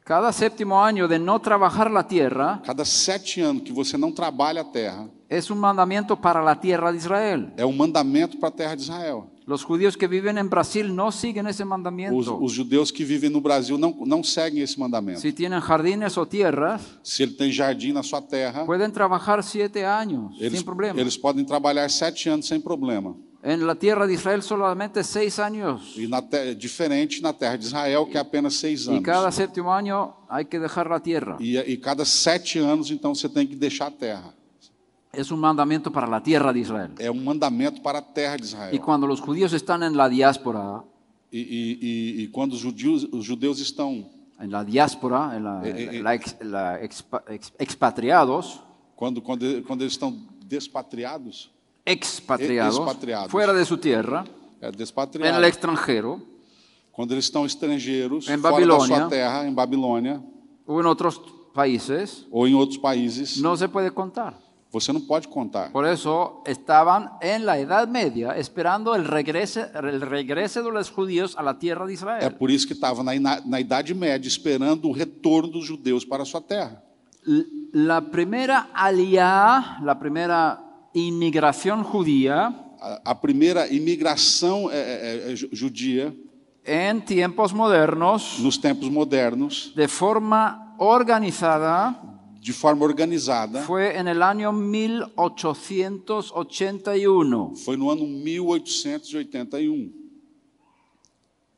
Cada séptimo año de no trabajar la tierra Cada sete anos que você não trabalha a terra, es un mandamiento para la tierra de Israel. é um mandamento para a terra de Israel. Los judíos que viven en Brasil no siguen ese Os, mandamiento. os judeus que vivem no Brasil não, não seguem esse mandamento. Si tienen jardines o tierras, Se ele tem jardim na sua terra, Pueden trabajar siete años Eles, sin problema. eles podem trabalhar sete anos sem problema. en la tierra de Israel solamente seis años. E na te- diferente na terra de Israel, que é apenas seis Y anos. cada séptimo año hay que dejar la tierra. E, e cada sete anos, então, você tem que deixar a terra. Es un mandamiento para la tierra de Israel. É um mandamento para a terra de Y Israel. cuando los judíos están en la diáspora, E, e, e, e quando os judeus, os judeus estão, en la diáspora, en la, Eh, eh, la ex- la expa- ex- expatriados, quando, quando, quando eles estão despatriados, expatriados, Eh, expatriados. fuera de su tierra, é en el despatriados. extranjero Quando eles estão estrangeiros, Em fora da Babilônia. sua terra, em Babilônia, o en otros países, ou em outros países, no se puede contar. você não pode contar. Por eso estaban en la Edad Media esperando el regreso, el regreso de los judíos a la tierra de É Israel. por isso que estava na, na, na Idade Média, esperando o retorno dos judeus para a sua terra. L- La primera aliá, la primera inmigración judía A, a primeira imigração é, é, é, ju- judia, en tiempos modernos, nos tempos modernos, de forma organizada, de forma organizada, fue en el año 1881. foi no ano 1881.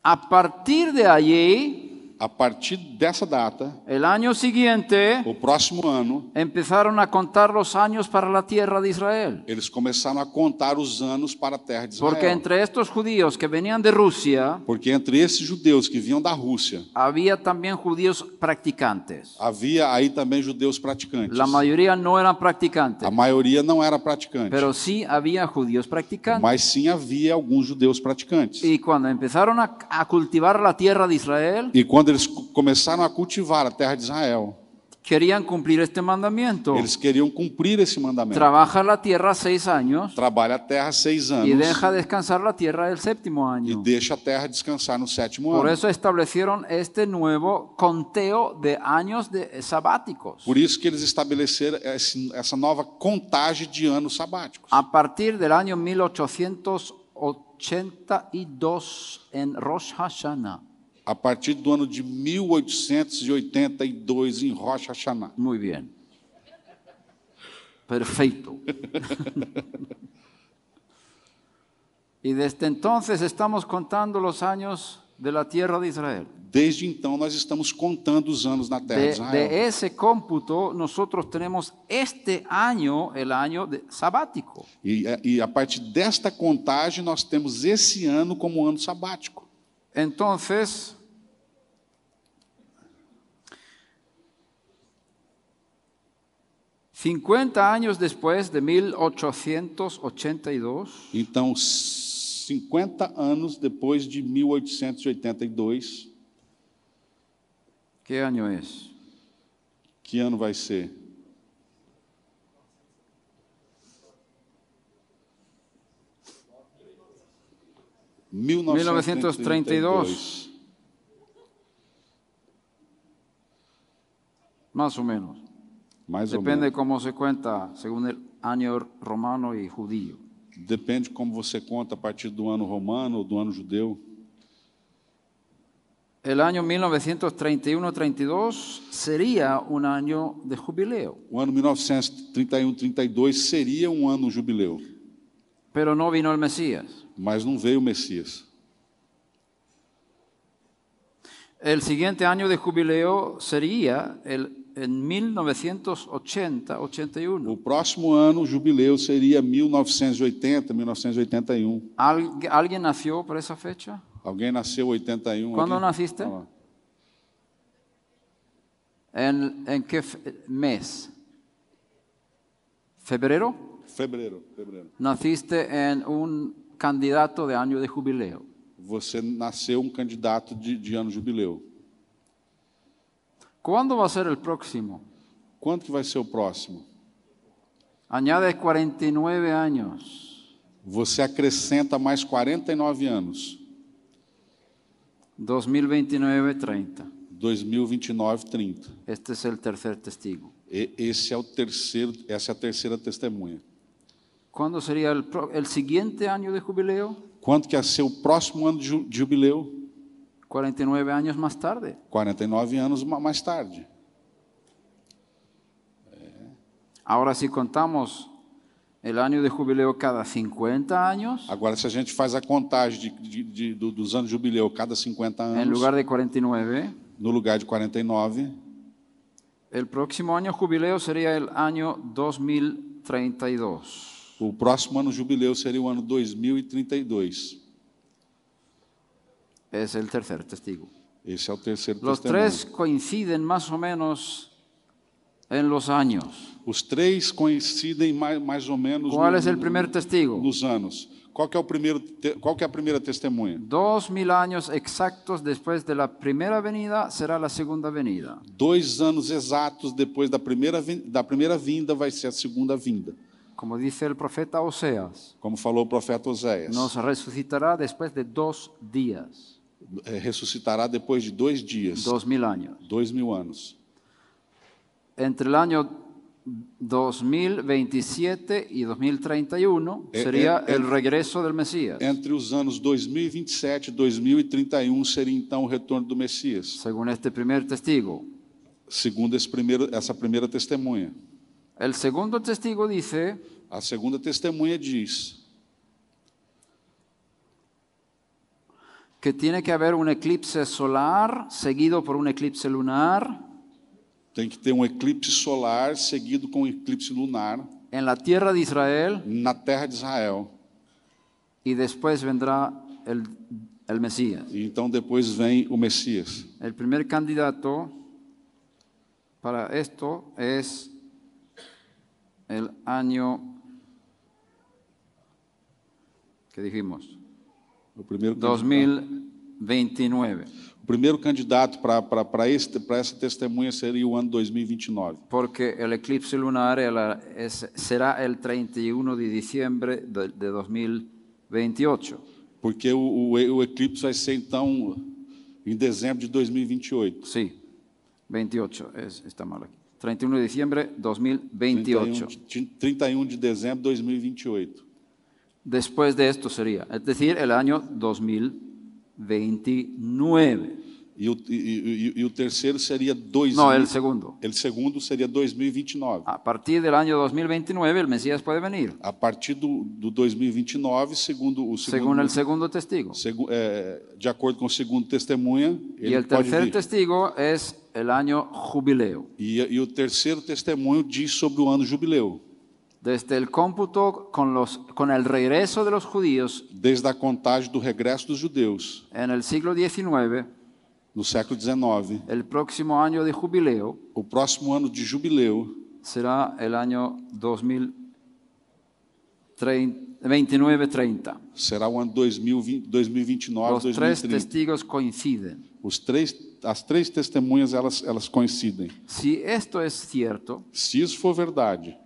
A partir de allí, A partir dessa data, el año siguiente, o próximo ano, empezaron a contar los años para la tierra de Israel. eles começaram a contar os anos para a terra de Israel. Porque entre estos judíos que venían de Rusia, Porque entre esses judeus que vinham da Rússia, había también judíos practicantes. havia aí também judeus praticantes. La mayoría no eran A practicantes, maioria não era praticante, pero sí había judíos practicantes. mas sim havia alguns judeus praticantes. Y cuando empezaron a, a cultivar la tierra de Israel, E quando eles co- começaram a cultivar a terra de Israel, querían cumplir este mandamiento. eles queriam cumprir esse mandamento. Trabaja la tierra seis años Trabalha a terra seis anos y deja descansar la tierra el séptimo e año. deixa a terra descansar no sétimo Por ano. eso establecieron este nuevo conteo de años de, sabáticos. Por isso que eles estabeleceram esse- essa nova contagem de anos sabáticos. A partir del año 1882 en Rosh Hashanah. A partir do ano de 1882, em Rosh Hashanah. Muy bien. Perfecto. y desde entonces estamos contando los anos de la tierra de Israel. Desde então, nós estamos contando os anos na terra de, De, Israel. de ese cómputo nosotros tenemos este año, el año de- sabático. E, é, e a partir desta contagem, nós temos esse ano como ano sabático. Entonces, cincuenta años después de 1882, Então, 50 anos depois de 1882, ¿qué año es? que ano vai ser? 1932. 1932. más o menos. Mais ou Depende menos. cómo se cuenta según el año romano y judío. Depende como você conta a partir do ano romano ou do ano judeu. El año 1931-32 sería un año de jubileo, O ano 1931-32 seria um ano jubileu, pero no vino el Mesías. mas não veio o Messias. El siguiente año de jubileo sería el, en O 1980-81. próximo ano, o jubileu seria 1980, 1981. ¿Al- ¿Alguien nació por esa fecha? Alguém nasceu em 81? Quando aqui? nasciste? Olha lá. ¿En, en qué fe- mes? ¿Febrero? Fevereiro, fevereiro. Naciste en un candidato de año de jubileo. Você nasceu um candidato de, de ano jubileu. ¿Cuándo va a ser el próximo? Quanto que vai ser o próximo? Añade 49 años. Você acrescenta mais 49 anos. 2029-30. 2029, 30. Este es el tercer testigo. E- Esse é o terceiro, essa é a terceira testemunha. ¿Cuándo sería el, pro- el siguiente año de jubileo? Quanto que ia ser o próximo ano de ju- de jubileu? 49 años más tarde. 49 anos ma- mais tarde. Ahora si contamos el año de jubileo cada 50 años, Agora, se a gente faz a contagem de- de- de- do- dos anos de jubileu cada 50 anos, en É lugar de 49, no lugar de 49, el próximo año jubileo sería el año 2032. o próximo ano jubileu seria o ano 2032. Es el tercer testigo. Esse é o terceiro Los testemunho. tres coinciden más o menos en los años. Os três coincidem mais, mais ou menos ¿Cuál no- es el primer testigo? nos anos. Qual que é o primeiro? te- Qual que é a primeira testemunha? Dos mil años exactos después de la primera venida será la segunda venida. Dois anos exatos depois da primeira vin- da primeira vinda vai ser a segunda vinda, Como dice el profeta Oseas, como falou o profeta Oséias. nos resucitará después de dos días, É, ressuscitará depois de dois dias, dos mil años. dois mil anos. Entre el año 2027 y 2031 Eh, sería eh, eh. el regreso del Mesías, Entre os anos 2027 e 2031 seria então o retorno do Messias, según este primer testigo. segundo esse primeiro, essa primeira testemunha. El segundo testigo dice, A segunda testemunha diz que tiene que haber un eclipse solar seguido por un eclipse lunar tem que ter um eclipse solar seguido com um eclipse lunar en la tierra de Israel na terra de Israel. y después vendrá el, el Mesías. E então depois vem o Messias. El primer candidato para esto es el año que dijimos, O primeiro, candidato- 2029, o primeiro candidato para essa testemunha seria o ano 2029. porque el eclipse lunar el- es- será el 31 de diciembre de, de 2028. Porque o, o, o eclipse vai ser então em dezembro de 2028. Sí, 28, es- está mal aquí. 31 de diciembre 31 2028. de, 31 de dezembro de 2028. Después de esto sería, es decir, el año 2029. E o, e, e- e o terceiro seria dois No, mil- el segundo. Ele segundo seria 2029. A partir del año 2029 el Mesías puede venir, A partir do, do 2029, segundo o según segundo, el segundo testigo. segu- é, de acordo com o segundo testemunha, Y ele el pode tercer vir. testigo es el año jubileo. E, e o terceiro testemunho diz sobre o ano jubileu. Desde el cómputo con, los, con el regreso de los judíos Desde a contagem do regresso dos judeus, en el siglo XIX, no século XIX, el próximo año de jubileo o próximo ano de jubileu será el año 2029-30. Será o ano 2020, 2029, Los tres 2030. testigos coinciden. Os três, as três testemunhas elas, elas coincidem. Si esto es cierto, Se isso for verdade,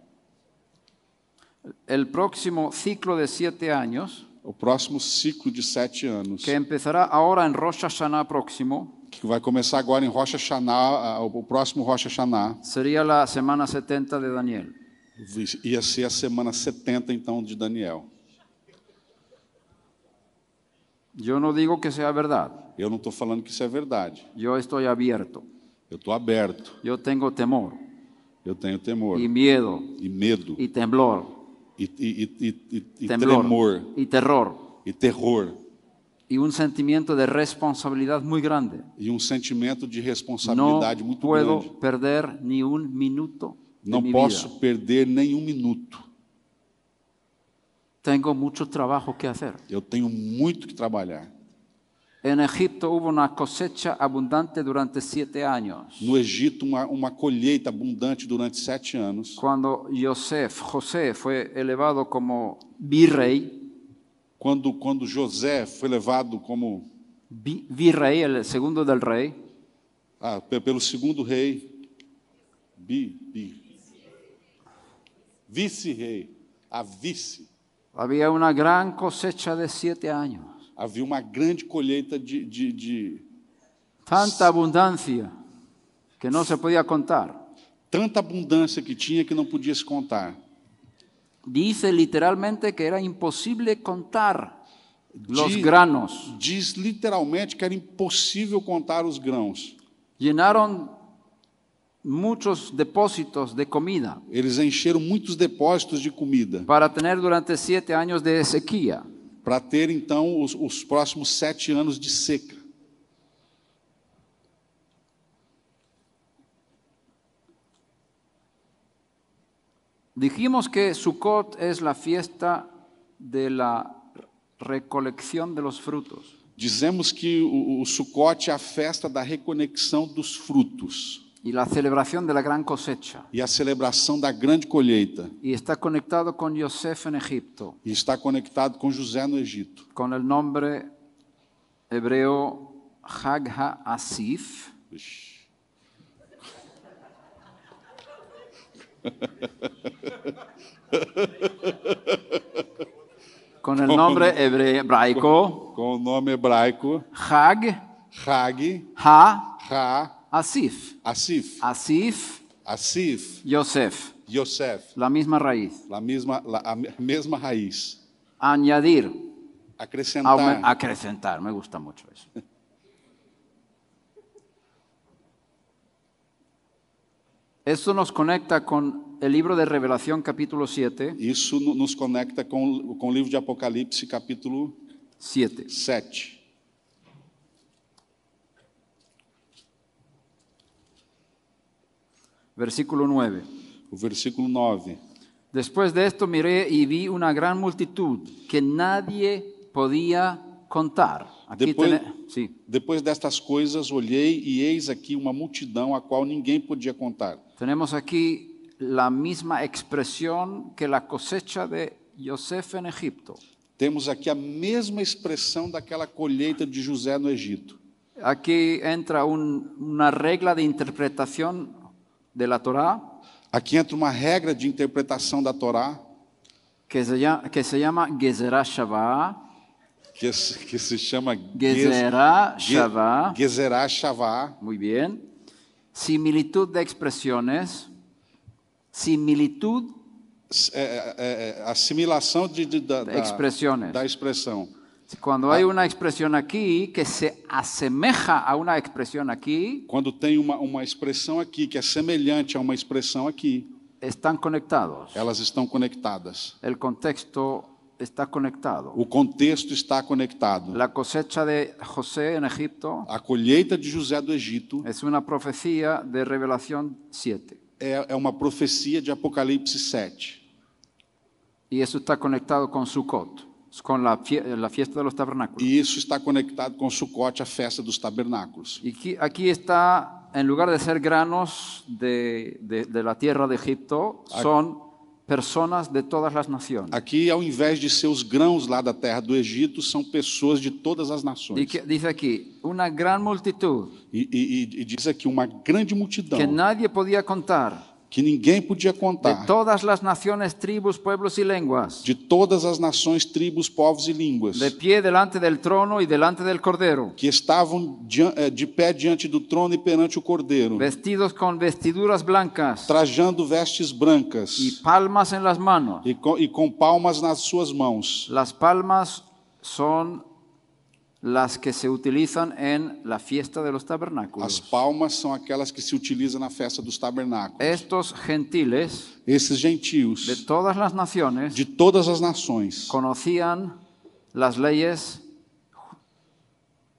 el próximo ciclo de siete años o próximo ciclo de sete anos, que empezará ahora en Rosh Hashanah próximo. que vai começar agora em Rocha Xaná, o próximo Rocha Xaná, Sería la semana 70 de Daniel. ia ser a semana 70, então, de Daniel. Yo no digo que sea verdad. Eu não estou falando que isso é verdade. Yo estoy abierto. Eu estou aberto. Yo tengo temor Eu tenho temor y e, miedo medo y temblor, e, e- e- e- e- e temblor tremor y terror e terror y un sentimiento de responsabilidad muy grande. e um sentimento de No responsabilidade muito puedo grande. perder ni un minuto de Não mi posso vida. perder nenhum minuto. Tengo mucho trabajo que hacer. Eu tenho muito que trabalhar. En Egipto hubo una cosecha abundante durante siete años. No Egito, uma, uma colheita abundante durante sete anos. Cuando Yosef, José fue elevado como virrey, Quando, quando José foi levado como vi- virrey, el segundo del rey, ah, pe- pelo segundo rei, bi, bi, vice-rei, a vice, había una gran cosecha de siete años. havia uma grande colheita de, de, de Tanta abundancia que no se podía contar. tanta abundância que tinha que não podia se contar. Dice literalmente que era imposible contar los Di- granos. Diz literalmente que era impossível contar os grãos. Llenaron muchos depósitos de comida Eles encheram muitos depósitos de comida para tener durante siete años de sequía. para ter então os, os próximos sete anos de seca. Dijimos que Sukkot es la fiesta de la recolección de los frutos. Dizemos que o, o Sucote é a festa da reconexão dos frutos y la celebración de la gran cosecha. e a celebração da grande colheita. Y está conectado con Yosef en Egipto, E está conectado com José no Egito. con el nombre hebreo Hag HaAsif, Ixi. con el nombre hebre- hebraico Com o nome hebraico Hag Hag, HaAsif. Ra, Asif. Asif, Asif, Yosef, Yosef. la misma raíz. A mesma, la- a me- mesma raiz. Añadir, Acrescentar. aume- acrecentar, me gusta mucho eso. Esto nos conecta con el libro de Revelación capítulo 7, Isso no- nos conecta com, com o livro de Apocalipse, capítulo 7. 7. versículo 9. O versículo 9. Después de esto miré y vi una gran multitud que nadie podía contar. Aquí Depois- tene- sí, Depois destas coisas olhei e eis aqui uma multidão a qual ninguém podia contar. tenemos aquí la misma expresión que la cosecha de Yosef en Egipto. Temos aqui a mesma expressão daquela colheita de José no Egito. Aquí entra un- una regla de interpretación de la Torá Aqui entra uma regra de interpretação da Torá que se llama, que se llama Gezerá Shavá. que se, que se chama Gezerá Ge- Shavá. Gezerá Shavá, Muy bien. Similitud de expresiones. Similitud s- é, é, é, assimilação de, de- da, da, Expressões. da expressão. Cuando hay una expresión aquí que se asemeja a una expresión aquí, Quando tem uma, uma expressão aqui que é semelhante a uma expressão aqui, están conectados. elas estão conectadas. El contexto está conectado. O contexto está conectado. La cosecha de José en Egipto A colheita de José do Egito es una profecía de Revelación 7. é, é uma profecia de Apocalipse 7. Y eso está conectado con Sukkot, con la, fie- la fiesta de los tabernáculos. E isso está conectado com Sucote, a festa dos tabernáculos. Y aquí, aquí está, en lugar de ser granos de, de- de la tierra de Egipto, son personas de todas las naciones. Aqui, ao invés de ser os grãos lá da terra do Egito, são pessoas de todas as Y nações. que- dice aquí, una gran multitud E, e- e- e diz aqui uma grande multidão que nadie podía contar, que, que ninguém podia de contar, todas las naciones, tribus, pueblos y lenguas, de todas as nações, tribos, povos e línguas, de pie delante del trono y delante del cordero, que estavam dian- eh, de pé diante do trono e perante o cordeiro, vestidos con vestiduras blancas trajando vestes brancas y palmas en las manos. e com, e com palmas nas suas mãos. Las palmas son las que se utilizan en la fiesta de los As tabernáculos. palmas são aquelas que se utiliza na festa dos tabernáculos. Estos gentiles Esses de gentios todas las naciones de todas as nações conocían las leyes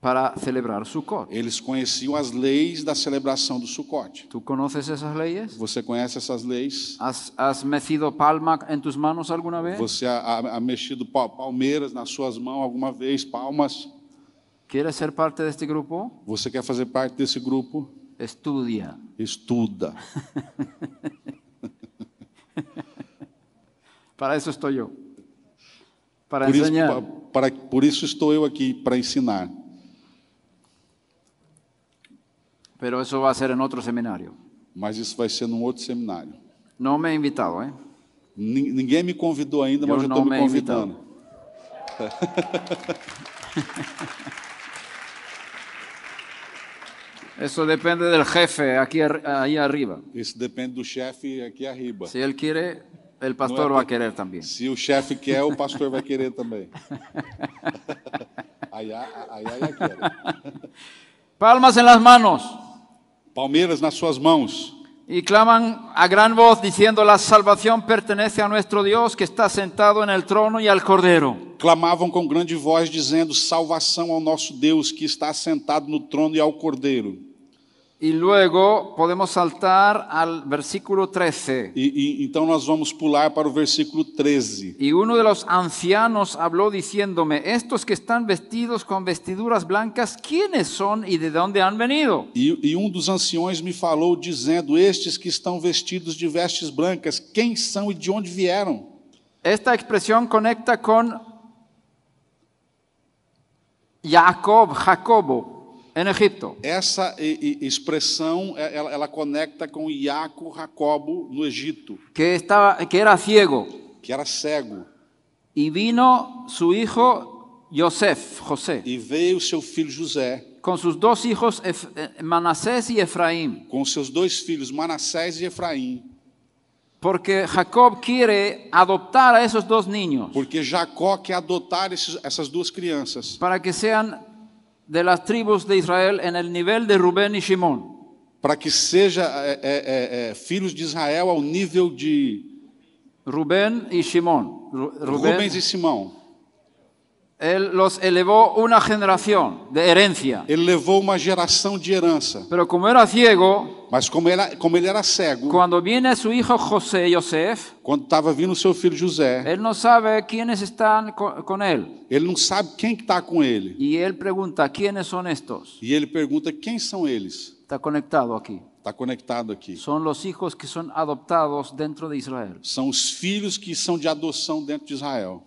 para celebrar Sukkot. Eles conheciam as leis da celebração do Sucote. ¿Tú conoces esas leyes? Você conhece essas leis? ¿Has, has mecido palma en tus manos alguna vez? Você a, a, a mexido pa- palmeiras nas suas mãos alguma vez, palmas? ¿Quieres ser parte de este grupo? Você quer fazer parte desse grupo? Estudia. Estuda. Para eso estoy yo. Para Por isso, enseñar. pa- para, por isso estou eu aqui, para ensinar. Pero eso va a ser en otro seminario. Mas isso vai ser num outro seminário. No me he invitado, ¿eh? Nin- Ninguém me convidou ainda, mas Eu eu não estou me me convidando. Eso depende del jefe aquí ar- ahí arriba. Isso depende do chefe aqui arriba. Si él quiere, el pastor va a querer también. Se o chefe quer, o pastor vai querer também. Aí, a- aí, é aí, aí, quero. Palmas en las manos. Palmeiras nas suas mãos. Y claman a gran voz diciendo, la salvación pertenece a nuestro Dios que está sentado en el trono y al cordero. Clamavam com grande voz, dizendo: Salvação ao nosso Deus que está sentado no trono e ao cordeiro. Y luego podemos saltar al versículo 13. E, e- então nós vamos pular para o versículo 13. Y uno de los ancianos habló diciéndome, estos que están vestidos con vestiduras blancas, ¿quiénes son y de dónde han venido? E, e um dos anciões me falou, dizendo: Estes que estão vestidos de vestes brancas, quem são e de onde vieram? Esta expresión conecta con Jacob, Jacobo, en Egipto. Essa e- e- expressão é- ela, ela conecta com Iaco Jacobo no Egito, que, estaba, que era ciego. que era cego. Y vino su hijo Yosef, José, E veio seu filho José, con sus dos hijos Ef- eh, Manasés y Efraín. com seus dois filhos, Manassés e Efraim. Porque Jacob quiere adoptar a esos dos niños Porque Jacó quer adotar esses- essas duas crianças para que sean de las tribos de Israel en el nivel de Rubén y Simón. para que seja é, é, é, é, filhos de Israel ao nível de Rubén y Simón. Ru- Rubén, Rubens e Simão. él los elevó una generación de herencia. Ele levou uma geração de herança, Pero como era ciego, mas como ele, como ele era cego, cuando viene su hijo José, Yosef, quando estava vindo o seu filho José, él no sabe quiénes están co- con él. ele não sabe quem está com ele. Y él pregunta, ¿quiénes son estos? E ele pergunta quem são eles. Está conectado aquí. Está conectado aqui. Son los hijos que son adoptados dentro de Israel, São os filhos que são de adoção dentro de Israel.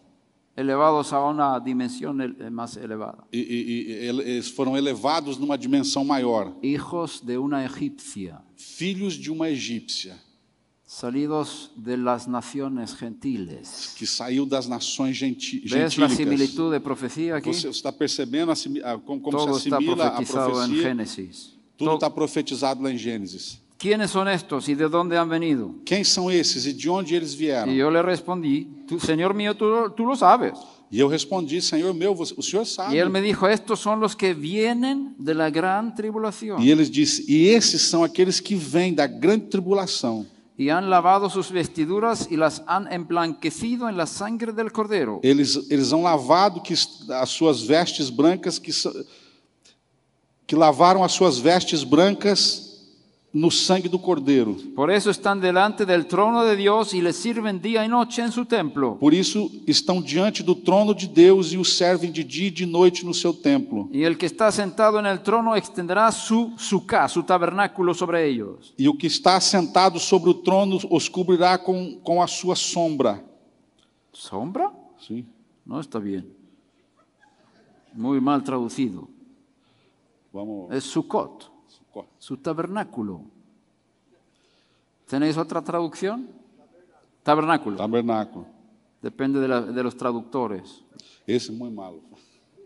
elevados a una dimensión el- más elevada. E, e- e ele- eles foram elevados numa dimensão maior. Hijos de una egipcia, Filhos de uma egípcia. salidos de las naciones gentiles. que saiu das nações genti ¿Ves la gentílicas. similitud de profecía aquí? Você está percebendo assimi- a- como, como Todo se está assimila a profetizado en profecia? Génesis. Tudo To- está profetizado lá em Gênesis. ¿Quiénes son estos y de dónde han venido? Quem são esses e de onde eles vieram? Y E eu, yo le respondí, "Tú, Señor mío, tú, tú lo sabes. respondi, Senhor meu, você- o Senhor sabe. Y él me dijo, estos son los que vienen de la gran tribulación. E ele disse, e esses são aqueles que vêm da grande tribulação. y han lavado sus vestiduras y las han emblanquecido en la sangre del cordero. Eles, eles hão lavado que, es- as suas vestes brancas, que, sa- que lavaram as suas vestes brancas no sangue do cordeiro. Por eso están delante del trono de Dios y le sirven día y noche en su templo. Por isso estão diante do trono de Deus e o servem de dia e de noite no seu templo. Y el que está sentado en el trono extenderá su suká, su tabernáculo sobre ellos. E o que está sentado sobre o trono os cobrirá com, com a sua sombra. ¿Sombra? Sim. No está bien. Muy mal traducido. Vamos. Es Sukkot, co- su tabernáculo. ¿Tenéis otra traducción? Tabernáculo. Tabernáculo. Depende de, la- de los traductores. Esse é muito malo.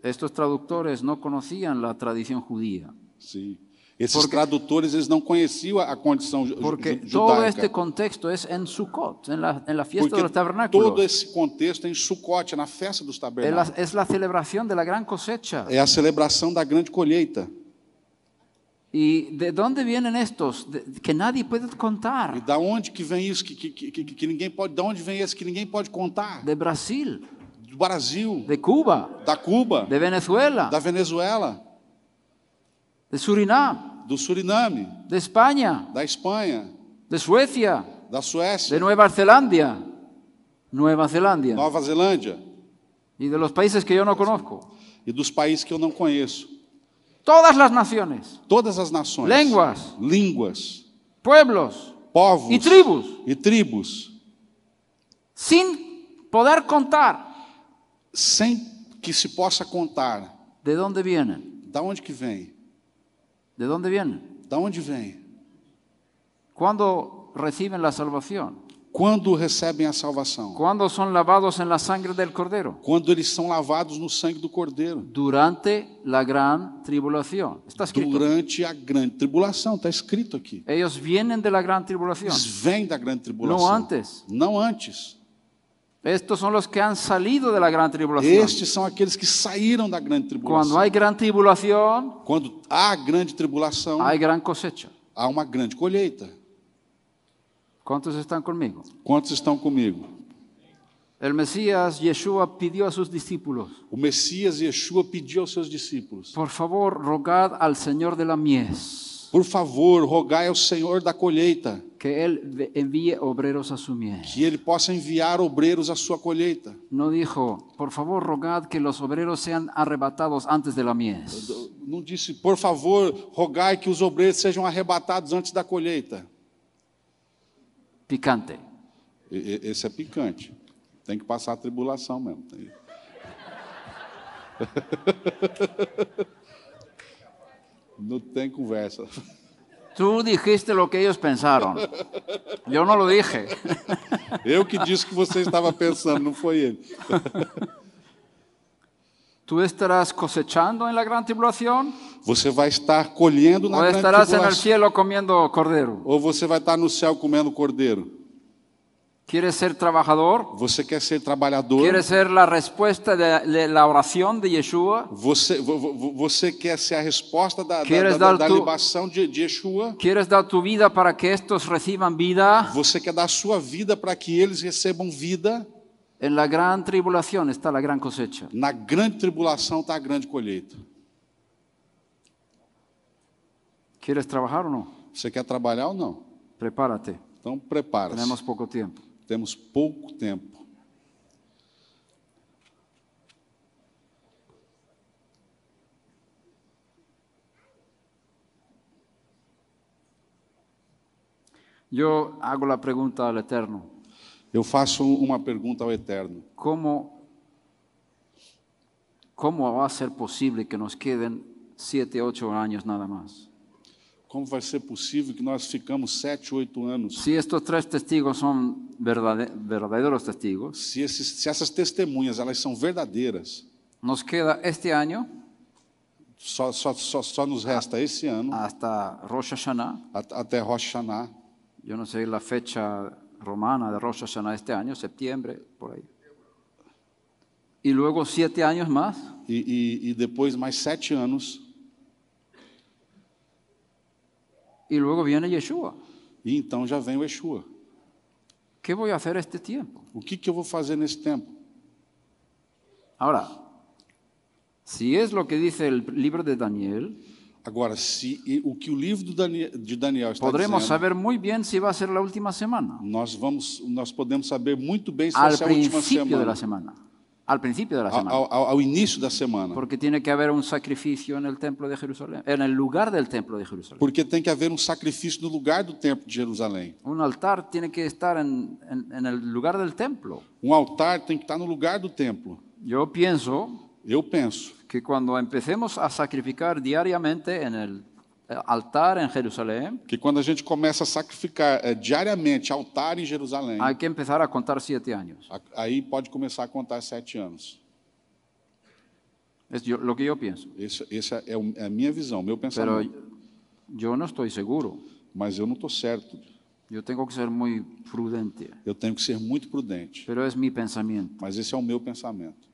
Estos traductores no conocían la tradición judía. Sim. Esses tradutores, eles não conheciam a a condição ju- ju- Porque todo judaica. este contexto es en Sukkot, en la, en la fiesta de los Porque todo tabernáculos. esse contexto é em Sucote, é na festa dos Es la, tabernáculos. es la celebración de la gran cosecha. É a celebração da grande colheita. ¿Y de dónde vienen estos? De- que nadie puede E contar. da onde que vem isso que, que, que, que- que ninguém pode, da onde vem esse que ninguém pode contar? De Brasil, Do Brasil, de Cuba, da Cuba, de Venezuela, da Venezuela, de Surinam, do Suriname, de España, da Espanha, de Suecia, da de Suécia, Nueva Zelanda, Nueva Zelanda, Nova Zelândia y de los países que yo no conozco. e dos países que eu não conheço. Todas las naciones, Todas as nações, Línguas. línguas, pueblos povos y tribus, e tribos, sin poder contar sem que se possa contar. de dónde vienen, Da onde que vem? de dónde vienen, Da onde vem? cuándo reciben la salvación, Quando recebem a salvação? cuándo son lavados en la sangre del cordero. Quando eles são lavados no sangue do Cordeiro. durante la gran tribulación. Está escrito. Durante a grande tribulação, está escrito aqui. Ellos vienen de la gran tribulación. Eles vêm da grande tribulação. Não antes. Não antes. Estos son los que han salido de la gran tribulación. Estes são aqueles que saíram da grande tribulação. Cuando hay gran tribulación, Quando há a grande tribulação, hay gran cosecha. há uma grande colheita. ¿Cuántos están conmigo? Quantos estão comigo? El Mesías Yeshua pidió a sus discípulos, O Messias Yeshua pediu aos seus discípulos: por favor, rogad al Señor de la mies Por favor, rogai ao Senhor da colheita, que Él ve- envíe obreros a su mies. que ele possa enviar obreiros à sua colheita. No dijo, por favor, rogad que los obreros sean arrebatados antes de la mies. Não disse, por favor, rogai que os obreiros sejam arrebatados antes da colheita. Picante. E- e- Esse é picante. Tem que passar a tribulação mesmo. Tem- Não tem conversa. Tú dijiste lo que ellos pensaron. Yo no lo dije. Eu que disse o que você estava pensando, não foi ele. ¿Tú estarás cosechando en la gran tribulación Você vai estar colhendo na o grande estarás en el tribulação. cielo comiendo cordero? Ou você vai estar no céu comendo cordeiro. ¿Quieres ser trabajador? Você quer ser trabalhador? ¿Quieres ser la respuesta de de la oración de Yeshua? Você, vo- vo- você quer ser a resposta da, da- Queres da, dar da tu- libação de, de Yeshua? ¿Quieres dar tu vida para que estos reciban vida? Você quer dar a sua vida para que eles recebam vida? En la gran tribulación está la gran cosecha. Na grande tribulação está a grande colheita. ¿Quieres trabajar o no? Você quer trabalhar ou não? Prepárate. Então prepara-se. Tenemos Temos... poco tiempo. pouco tempo. Yo hago la pregunta al Eterno. Eu faço um, uma pergunta ao Eterno. ¿Cómo, ¿Cómo va a ser posible que nos queden siete, ocho años nada más? Como vai ser possível que nós ficamos sete, oito anos? Si estos tres testigos son verdade- verdaderos testigos, Se, esses, se essas testemunhas elas são verdadeiras, nos queda este año só, só, só, só nos resta esse ano hasta Rosh Hashanah. at- até Rosh Hashanah. Yo no sé la fecha romana de Rosh Hashanah este año, septiembre, por ahí. Y luego siete años más. E, e, e depois mais sete anos, Y luego viene Yeshua. e então já vem o Yeshua. ¿Qué voy a hacer este tiempo? O que, que eu vou fazer nesse tempo? Ahora, si es lo que dice el libro de Daniel, Agora, se e- o que o livro do Dani- de Daniel está Podremos dizendo, saber muy bien si va a ser la última semana. nós vamos, nós podemos saber muito bem se Al essa é a última principio de semana, la semana. Al principio de la Ao, semana. ao- ao- ao início da semana, Porque tiene que haber un sacrificio en el templo de Jerusalén, en el lugar del templo de Jerusalén. porque tem que haver um sacrifício no lugar do templo de Jerusalém. Un altar tiene que estar en, en- en el lugar del templo. Um altar tem que estar no lugar do templo. Yo pienso Eu penso que cuando empecemos a sacrificar diariamente en el eh, altar en Jerusalén, Porque quando a gente começa a sacrificar eh, diariamente altar em Jerusalém, hay que empezar a contar siete años. a- aí pode começar a contar sete anos. Es yo- lo que yo pienso. Esse- Essa é o- é a minha visão, meu Pero pensamento. yo no estoy seguro. Mas eu não estou certo. Yo tengo que ser muy prudente. Eu tenho que ser muito prudente. Pero es mi pensamiento. Mas esse é o meu pensamento.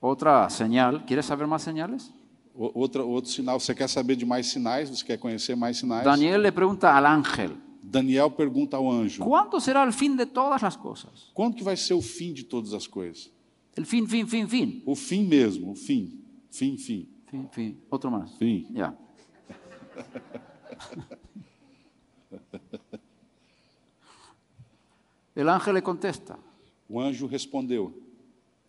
Otra señal. ¿Quieres saber más señales? O- Outra, outro sinal, você quer saber de mais sinais? Você quer conhecer mais sinais? Daniel le pregunta al ángel, Daniel pergunta ao anjo: ¿cuándo será el fin de todas las cosas? Quando que vai ser o fim de todas as coisas? El fin, fin, fin, fin. O fim mesmo, o fim. Fim, fim, Fin, fin. Otro más. fim. Ya. El ángel le contesta, O anjo respondeu: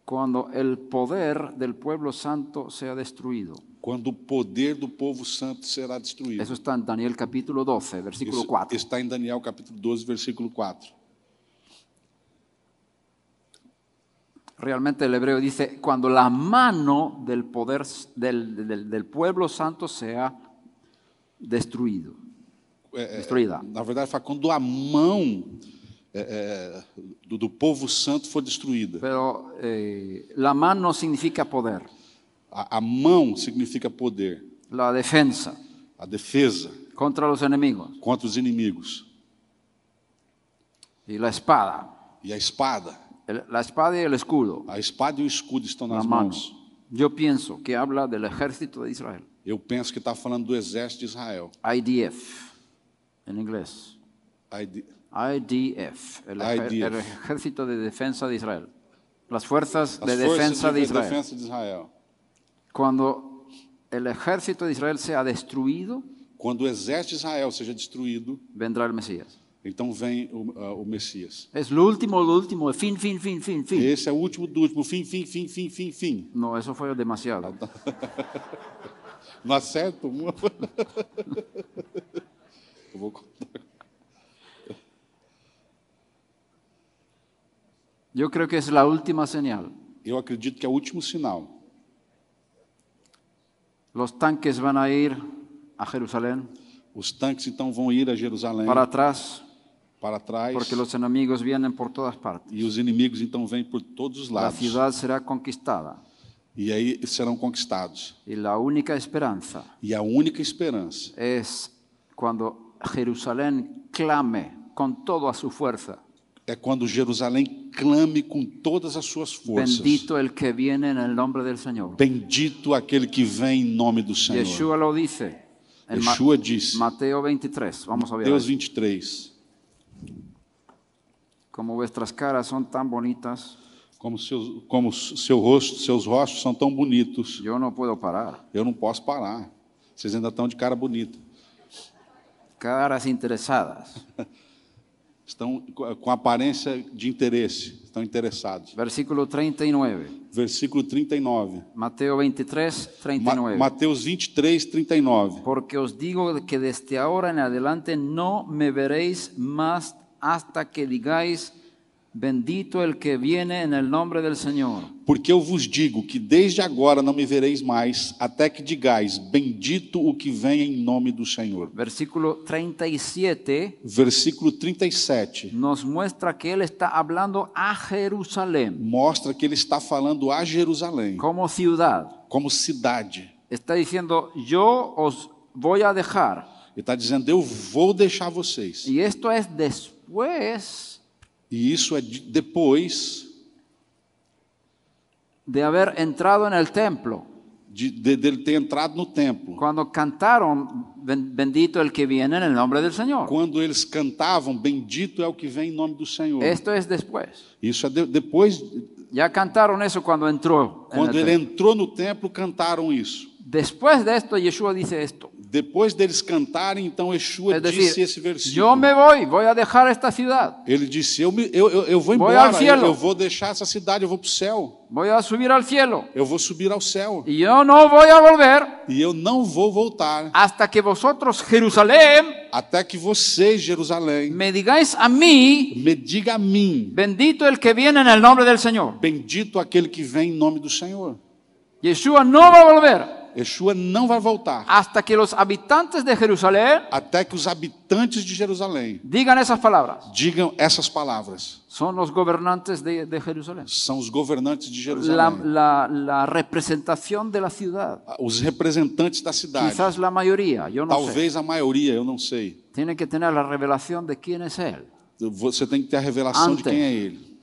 cuando el poder del pueblo santo sea destruido. Quando o poder do povo santo será destruído. Eso está en Daniel capítulo 12, versículo Isso 4. está em Daniel capítulo 12, versículo 4. Realmente el hebreo dice, cuando la mano del poder s- del, del- del pueblo santo sea destruido, destruida. Na verdade, fala quando a mão é, é, do, do povo santo for destruída. Pero eh, la mano significa poder, A, a mão significa poder, la defensa a defesa contra los enemigos contra os inimigos. y la espada, E a espada. el- la espada y el escudo, A espada e o escudo estão la nas mano. mãos. Yo pienso que habla del ejército de Israel, Eu penso que está falando do exército de Israel. IDF en inglês, Aí de- IDF, el, ejer- IDF. el ejército de defensa de Israel, las fuerzas As de forças defensa de Israel. defensa de Israel. Cuando el ejército de Israel sea destruido, Quando o exército de Israel seja destruído, vendrá el Mesías. então vem o, ah, o Messias. Es lo último, lo último, el fin, fin, fin, fin, fin. Esse é o último do último. Fim, fim, fim, fim, fim, fim. No, eso fue demasiado. Não acerto? Eu vou contar. Yo creo que es la última señal. Eu acredito que é o último sinal. Los tanques van a ir a Jerusalén, Os tanques então vão ir a Jerusalém para para, atrás, trás porque los enemigos vienen por todas partes. e os inimigos então vêm por todos os La lados ciudad será conquistada e aí serão conquistados. y la única esperanza E a única esperança es cuando Jerusalén clame con toda su fuerza. é quando Jerusalém clame com todas as suas forças. Bendito el que viene en el nombre del Señor. Bendito aquele que vem em nome do Senhor. Yeshua lo dice en Ma- Yeshua disse, Mateo 23. Vamos a ver. Mateus 23, Como vuestras caras son tan bonitas, como seu, como seu rosto, seus rostos são tão bonitos, yo no puedo parar. eu não posso parar. Vocês ainda estão de cara bonita. Caras interesadas. Estão co- com aparência de interesse, estão interessados. Versículo 39. Versículo 39. Mateo 23, Ma 39. Mateus 23, 39. Porque os digo que desde ahora en adelante no me veréis más hasta que digáis, bendito el que viene en el nombre del Señor. Porque eu vos digo que desde agora não me vereis mais, até que digais: Bendito o que vem em nome do Senhor. Versículo 37 Versículo 37 nos muestra que Él está hablando a Jerusalén. mostra que ele está falando a Jerusalém como ciudad, como cidade. está diciendo, yo os voy a dejar. Ele está dizendo: Eu vou deixar vocês. Y esto es después E isso é de- depois de haber entrado en el templo, de, de, dele ter entrado no templo. cuando cantaron, "Ben- bendito el que viene en el nombre del Señor. Quando eles cantavam: Bendito é o que vem em nome do Senhor. Esto es después. Isso é de, depois, Ya cantaron eso cuando entró. en el quando ele templo. entrou no templo, cantaram isso. Después de esto, Yeshua dice esto. Depois deles cantarem, então Yeshua Es É, decir, disse esse versículo. yo me voy, voy a dejar esta ciudad, Ele disse: Eu, me- eu, eu, eu vou Voy embora, al eu, cielo. eu vou deixar essa cidade, eu vou para o céu, voy a subir al cielo. eu vou subir ao céu Y yo no voy a volver e eu não vou voltar hasta que vosotros, Jerusalén, até que vocês, Jerusalém, me digáis a mí, me diga a mim: Bendito el que viene en el nombre del Señor. Bendito aquele que vem em nome do Senhor. Yeshua no va a volver Yeshua não vai voltar hasta que los habitantes de Jerusalén até que os habitantes de Jerusalém digan esas palabras. digam essas palavras. Son los gobernantes de, de Jerusalén. São os governantes de La, Jerusalém, la- la representación de la ciudad, os representantes da cidade. quizás la mayoría, yo no sé, Talvez a maioria, eu não sei. tiene que tener la revelación de quién es Él Você tem que ter a revelação de Antes. quem é ele.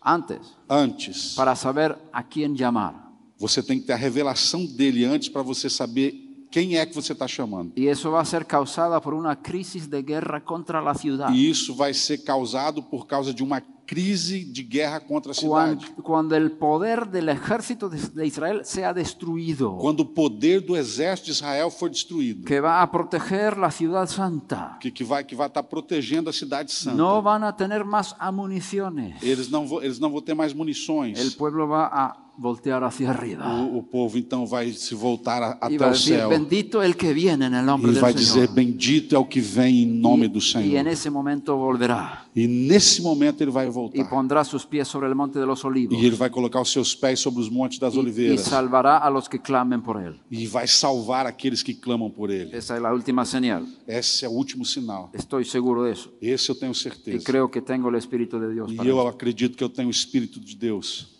antes Antes. para saber a quién llamar. Você tem que ter a revelação dele antes para você saber quem é que você está chamando. Y eso va a ser causada por una crisis de guerra contra la ciudad. E isso vai ser causado por causa de uma crise de guerra contra a Cuan- cidade. Cuando, el poder del ejército de, de Israel sea destruido, Quando o poder do exército de Israel for destruído, que va a proteger la ciudad santa, que, que vai que vai estar protegendo a cidade santa. no van a tener más amuniciones. Eles não vão eles não vão ter mais El munições. pueblo va a voltear hacia arriba O, o povo então vai se voltar a- y va a até o decir, céu bendito el que viene en el nombre e vai del dizer: Señor. Bendito é o que vem em nome do Y en Senhor. ese momento volverá E nesse momento ele vai y voltar pondrá sus pies sobre el monte de los e olivos ele vai colocar os seus pés sobre os montes das y, y oliveiras. salvará a los que clamen por él. e vai salvar aqueles que clamam por ele. Esa es la última señal. Esse é o último sinal. Estoy seguro de eso. Esse eu tenho Y certeza. creo que tengo el Espíritu de Dios. E Para eso. eu acredito que eu tenho o Espírito de Deus.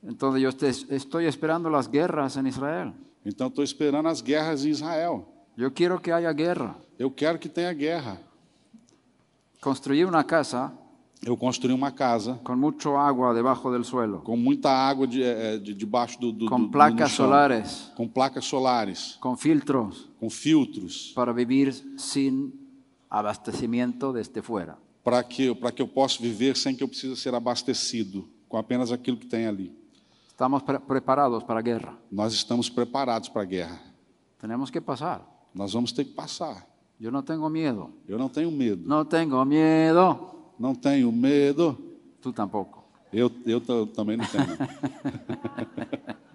Entonces yo te- estoy esperando las guerras en Israel. Então estou esperando as guerras em Israel. Yo quiero que haya guerra. Eu quero que tenha guerra. Construí una casa Eu construí uma casa con mucho agua debajo del suelo, com muita água de, eh, de- debaixo do, do, do- con do- placas no chão. solares, com placas solares, con filtros com filtros, para vivir sin abastecimiento desde fuera. para que para que eu possa viver sem que eu precise ser abastecido com apenas aquilo que tem ali. Estamos pre- preparados para guerra. Nós estamos preparados para a guerra. Tenemos que pasar. Nós vamos ter que passar. Yo no tengo miedo. Eu não tenho medo. No tengo miedo. Não tenho medo. Tú tampoco. Eu, eu ta- também não tenho.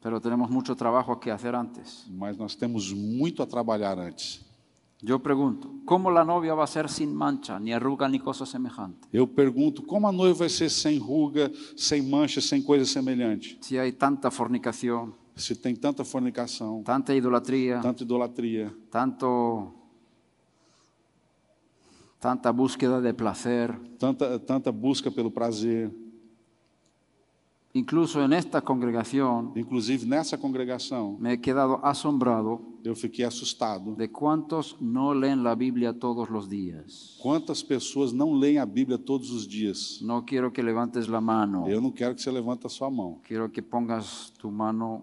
Pero tenemos mucho trabajo que hacer antes. Mas nós temos muito a trabalhar antes. Yo pregunto, ¿cómo la novia va a ser sin mancha, ni arruga, ni cosa semejante? Eu pergunto como a noiva vai ser sem ruga, sem mancha, sem coisa semelhante. Si hay tanta fornicación, Se tem tanta fornicação, tanta idolatría, tanta idolatria, tanto tanta búsqueda de placer, tanta, tanta busca pelo prazer. incluso en esta congregación Inclusive nessa congregação, me he quedado assombrado eu fiquei assustado. de cuántos no leen la Biblia todos los días. Quantas pessoas não leem a Bíblia todos os dias? No quiero que levantes la mano, Eu não quero que você levante a sua mão. quiero que pongas tu mano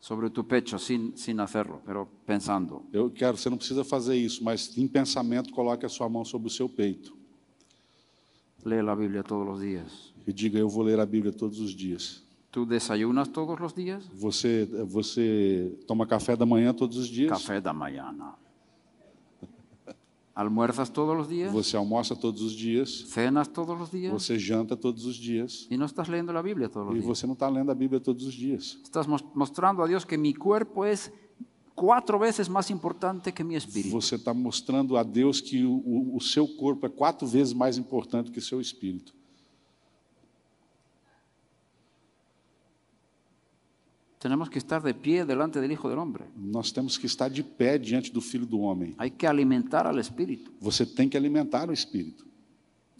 sobre tu pecho sin, sin hacerlo, pero pensando. Eu quero, você não precisa fazer isso, mas em pensamento coloque a sua mão sobre o seu peito. Lee la Biblia todos los días. e diga eu vou ler a Bíblia todos os dias. ¿Tú desayunas todos los días? Você você toma café da manhã todos os dias? Café da mañana. ¿Almuerzas todos los días? Você almoça todos os dias? cenas todos los días Você janta todos os dias? y no estás leyendo la Biblia todos los E días. você não está lendo a Bíblia todos os dias. Estás mos- mostrando a Dios que mi cuerpo es cuatro veces más importante que mi espíritu. Você está mostrando a Deus que o- o, o seu corpo é quatro vezes mais importante que o seu espírito. Tenemos que estar de pie delante del Hijo del Hombre. Nós temos que estar de pé diante do Filho do Homem. Hay que alimentar al espíritu. Você tem que alimentar o espírito.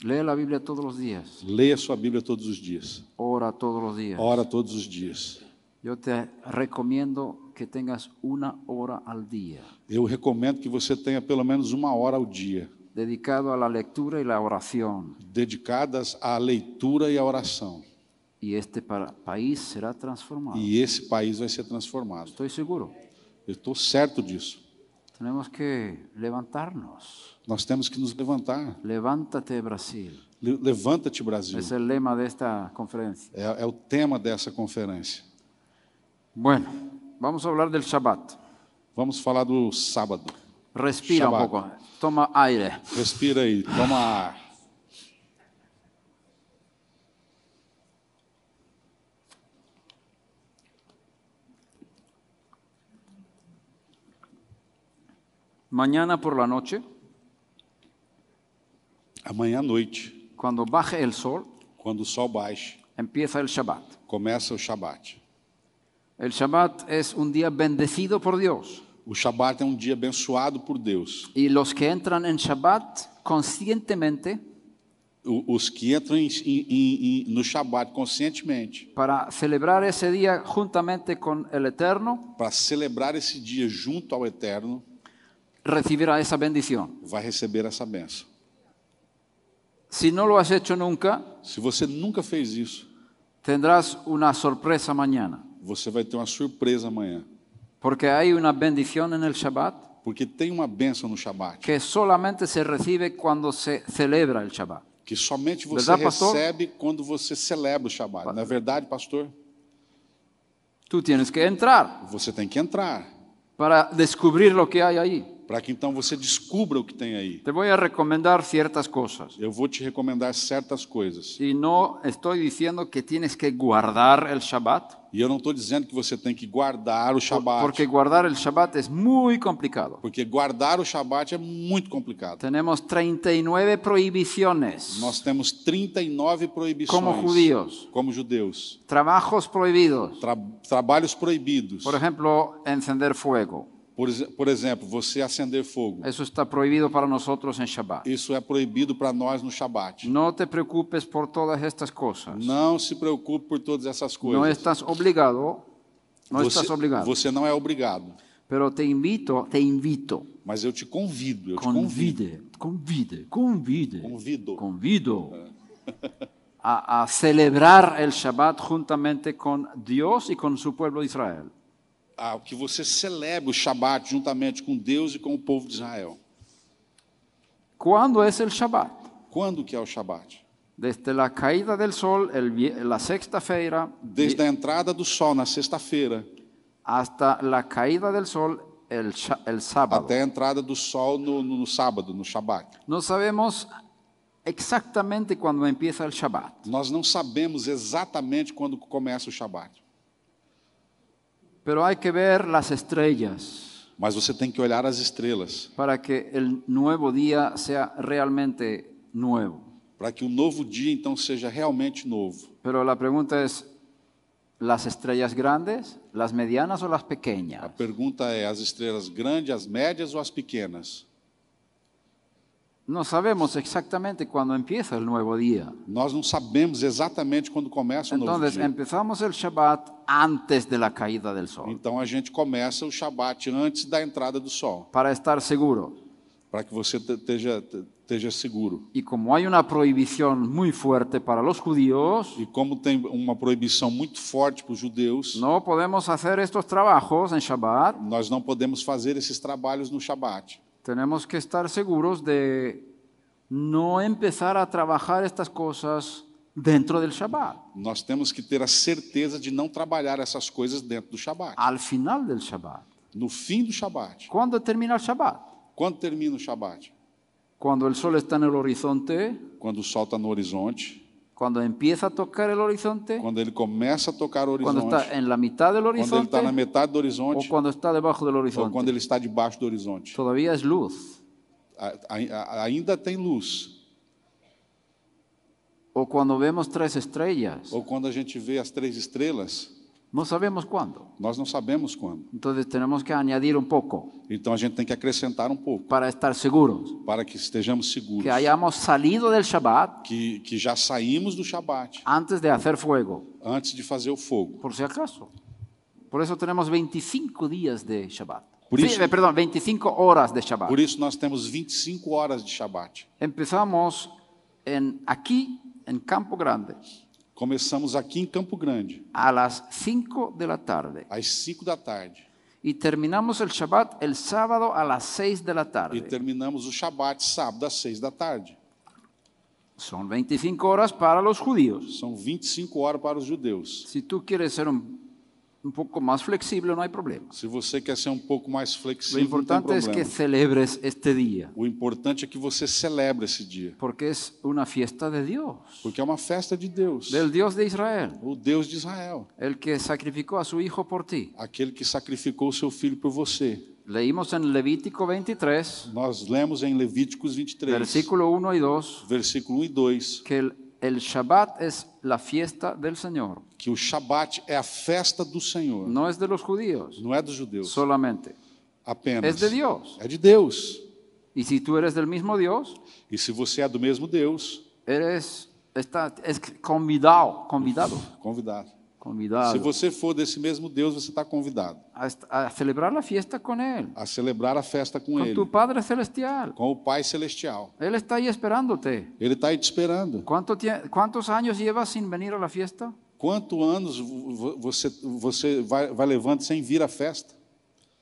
Lee la Biblia todos los días. Leia a sua Bíblia todos os dias. Ora todos los días. Ora todos os dias. Yo te recomiendo que tengas una hora al día Eu recomendo que você tenha pelo menos uma hora ao dia. dedicado a la lectura y la oración. dedicadas à leitura e à oração. Y este para- país será transformado. E esse país vai ser transformado. Estoy seguro. Eu estou certo disso. Tenemos que levantarnos. Nós temos que nos levantar. Levántate Brasil. Le- Levanta-te, Brasil. Es el lema de esta conferencia. É, é o tema dessa conferência. Bueno, vamos a hablar del Shabbat. Vamos falar do sábado. Respira Shabbat. un poco, toma aire. Respira aí, toma ar. Mañana por la noche Amanhã à noite, Cuando baje el sol, quando o sol baixe, empieza el Shabbat. começa o Shabat. El Shabbat es un día bendecido por Dios. O Shabat é um dia abençoado por Deus. Y los que entran en Shabbat conscientemente O- Os que entram em- em- em- em- no Shabat conscientemente para celebrar ese día juntamente con el Eterno, para celebrar esse dia junto ao Eterno, recibirá esa bendición. vai receber essa benção. Si no lo has hecho nunca, Se você nunca fez isso, tendrás una sorpresa mañana, você vai ter uma surpresa amanhã, porque hay una bendición en el Shabbat porque tem uma benção no Shabat que solamente se recibe cuando se celebra el Shabbat. que somente você Verdade, pastor? recebe quando você celebra o Shabat. Não é verdade, pastor? Tú tienes que entrar Você tem que entrar, para descubrir lo que hay ahí. para que então você descubra o que tem aí. Te voy a recomendar ciertas cosas. Eu vou te recomendar certas coisas. Y no estoy diciendo que tienes que guardar el Shabbat, E eu não estou dizendo que você tem que guardar o Shabat, porque guardar el Shabbat es muy complicado. porque guardar o Shabat é muito complicado. Tenemos 39 prohibiciones, Nós temos 39 proibições. Como judeus. Como judeus. trabajos prohibidos. Tra- trabalhos proibidos. Por ejemplo, encender fuego. Por, exe- por exemplo, você acender fogo. Eso está prohibido para nosotros en Shabbat. Isso é proibido para nós no Shabat. No te preocupes por todas estas cosas. Não se preocupe por todas essas coisas. No estás obligado, no você, estás obligado. Você não é obrigado. Pero te invito, te invito. Mas eu te convido. Eu te Convide, Pues convide, convide. Convido. Convido Ah. a, a celebrar el Shabbat juntamente con Dios y con su pueblo de Israel. convido a que você celebre o Shabat juntamente com Deus e com o povo de Israel. ¿Cuándo es el Shabbat? Quando que é o Shabat? Desde la caída del sol, el vie- la sexta feira, Desde a entrada do sol na sexta-feira hasta la caída del sol, el, sha- el sábado. até a entrada do sol no, no- no sábado, no Shabat. No sabemos exactamente cuándo empieza el Shabbat. Nós não sabemos exatamente quando começa o Shabat. Pero hay que ver las estrellas Mas você tem que olhar as estrelas para que el nuevo día sea realmente nuevo. para que o novo dia então seja realmente novo. Pero la pregunta es, ¿las estrellas grandes, las medianas o las A pequeñas? pergunta é: as estrelas grandes, as médias ou as pequenas? No sabemos exactamente cuándo empieza el nuevo día. Nós não sabemos exatamente quando começa o novo Entonces dia. empezamos el Shabbat antes de la caída del sol, Então a gente começa o Shabat antes da entrada do sol, para estar seguros. para que você te- esteja te- esteja seguro. Y como hay una prohibición muy fuerte para los judíos, E como tem uma proibição muito forte para os judeus, No podemos hacer estos trabajos en Shabbat. nós não podemos fazer esses trabalhos no Shabat. Tenemos que estar seguros de no empezar a trabajar estas cosas dentro del Shabbat, Nós temos que ter a certeza de não trabalhar essas coisas dentro do Shabat. al final del Shabbat. No fim do Shabat. ¿Cuándo termina el Shabbat? Quando termina o Shabat? Cuando el sol está en el horizonte, Quando o sol está no horizonte, cuando empieza a tocar el horizonte, quando ele começa a tocar o cuando horizonte, está en la mitad del quando ele tá horizonte está na metade do o horizonte, cuando está debajo del ou quando horizonte. ele está debaixo do horizonte. Todavía es luz. A- a- ainda tem luz. O cuando vemos tres estrellas. Ou quando a gente vê as três estrelas, No sabemos cuándo. nós não sabemos quando. Entonces tenemos que añadir un poco Então a gente tem que acrescentar um pouco, para estar seguros. para que estejamos seguros. que hayamos salido del Shabbat Que, que já saímos do Shabat, antes de hacer fuego, antes de fazer o fogo. por si acaso. Por eso tenemos 25 días de Shabbat. Por Sí, eso- eh, perdón, 25 horas de Shabbat. Por isso nós temos 25 horas de Shabat. Empezamos en, aquí, en Campo Grande, Começamos aqui em Campo Grande, a las 5 de la tarde. às 5 da tarde. Y terminamos el Shabbat el sábado a las 6 de la E tarde. terminamos o Shabat sábado às 6 da tarde. Son 25 horas para los judíos. São 25 horas para os judeus. Si tú quieres ser un un poco más flexible, no hay problema. Se você quer ser um pouco mais Lo flexível, não tem importante é es problema. que celebres este día, O importante é que você celebra esse dia, porque es una fiesta de Dios, porque é uma festa de Deus, del Dios de Israel, o Deus de Israel, el que sacrificó a su Hijo por ti. aquele que sacrificou o seu filho por você. Leímos en Levítico 23, Nós lemos em Levíticos 23, versículo 1 y 2, versículo 1 e 2, que el, el Shabbat es la fiesta del Señor, que o Shabat é a festa do Senhor, no es de los judíos não é dos judeus solamente, apenas. es de Dios. É de Deus. Y si tú eres del mismo Dios, E se você é do mesmo Deus, eres está es convidado, convidado, convidado. Se convidado você for desse mesmo Deus, você está convidado a, est- a celebrar la fiesta con él, a celebrar a festa com con Ele, tu Padre celestial. com o Pai Celestial. Él está ahí esperándote. Ele está aí te esperando. ¿Cuánto tie- ¿Cuántos años llevas sin venir a la fiesta? Quanto anos vo- vo- você, você vai, vai levando sem vir à festa?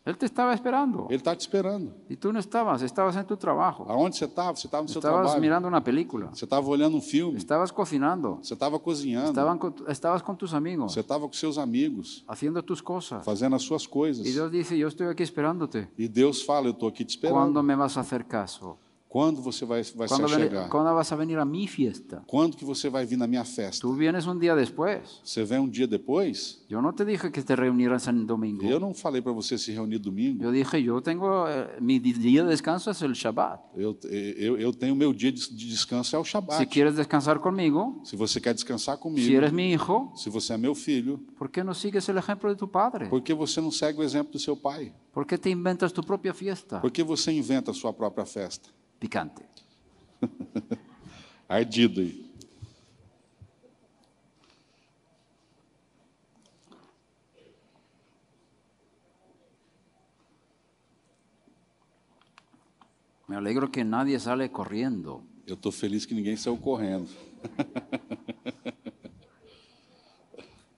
Él te estaba esperando Ele está te esperando. y tú no estabas, estabas en tu trabajo, Aonde você estava? Você estava no seu estabas trabalho. mirando una película, Você estava olhando um filme. estabas cocinando, Você estava cozinhando. estaban con- estabas con tus amigos, Você estava com seus amigos, haciendo tus cosas. fazendo as suas coisas. Y Dios dice, yo estoy aquí esperándote. E Deus fala: Eu estou aqui te esperando. ¿Cuándo me vas a hacer caso? Quando você vai, vai Pues se ¿Cuándo, ven- chegar? cuándo vas a venir a mi fiesta? Quando que você vai vir na minha festa? Tú vienes un día después. Você vem um dia depois? Yo no te dije que te reunieras en domingo. Eu não falei para você se reunir domingo. Yo dije, yo tengo, eh, mi di- día de descanso es el Shabbat. Eu, eu, eu tenho meu dia de de descanso, é o Si Shabat. quieres descansar conmigo, Se você quer descansar si comigo, eres mi hijo, se você é meu filho, ¿por qué no sigues el ejemplo de tu padre? por que você não segue o exemplo do seu pai? ¿Por qué te inventas tu propia fiesta? Por que você inventa a sua própria festa? Picante. Ardido aí. Me alegro que nadie sale corriendo. Eu estou feliz que ninguém saiu correndo.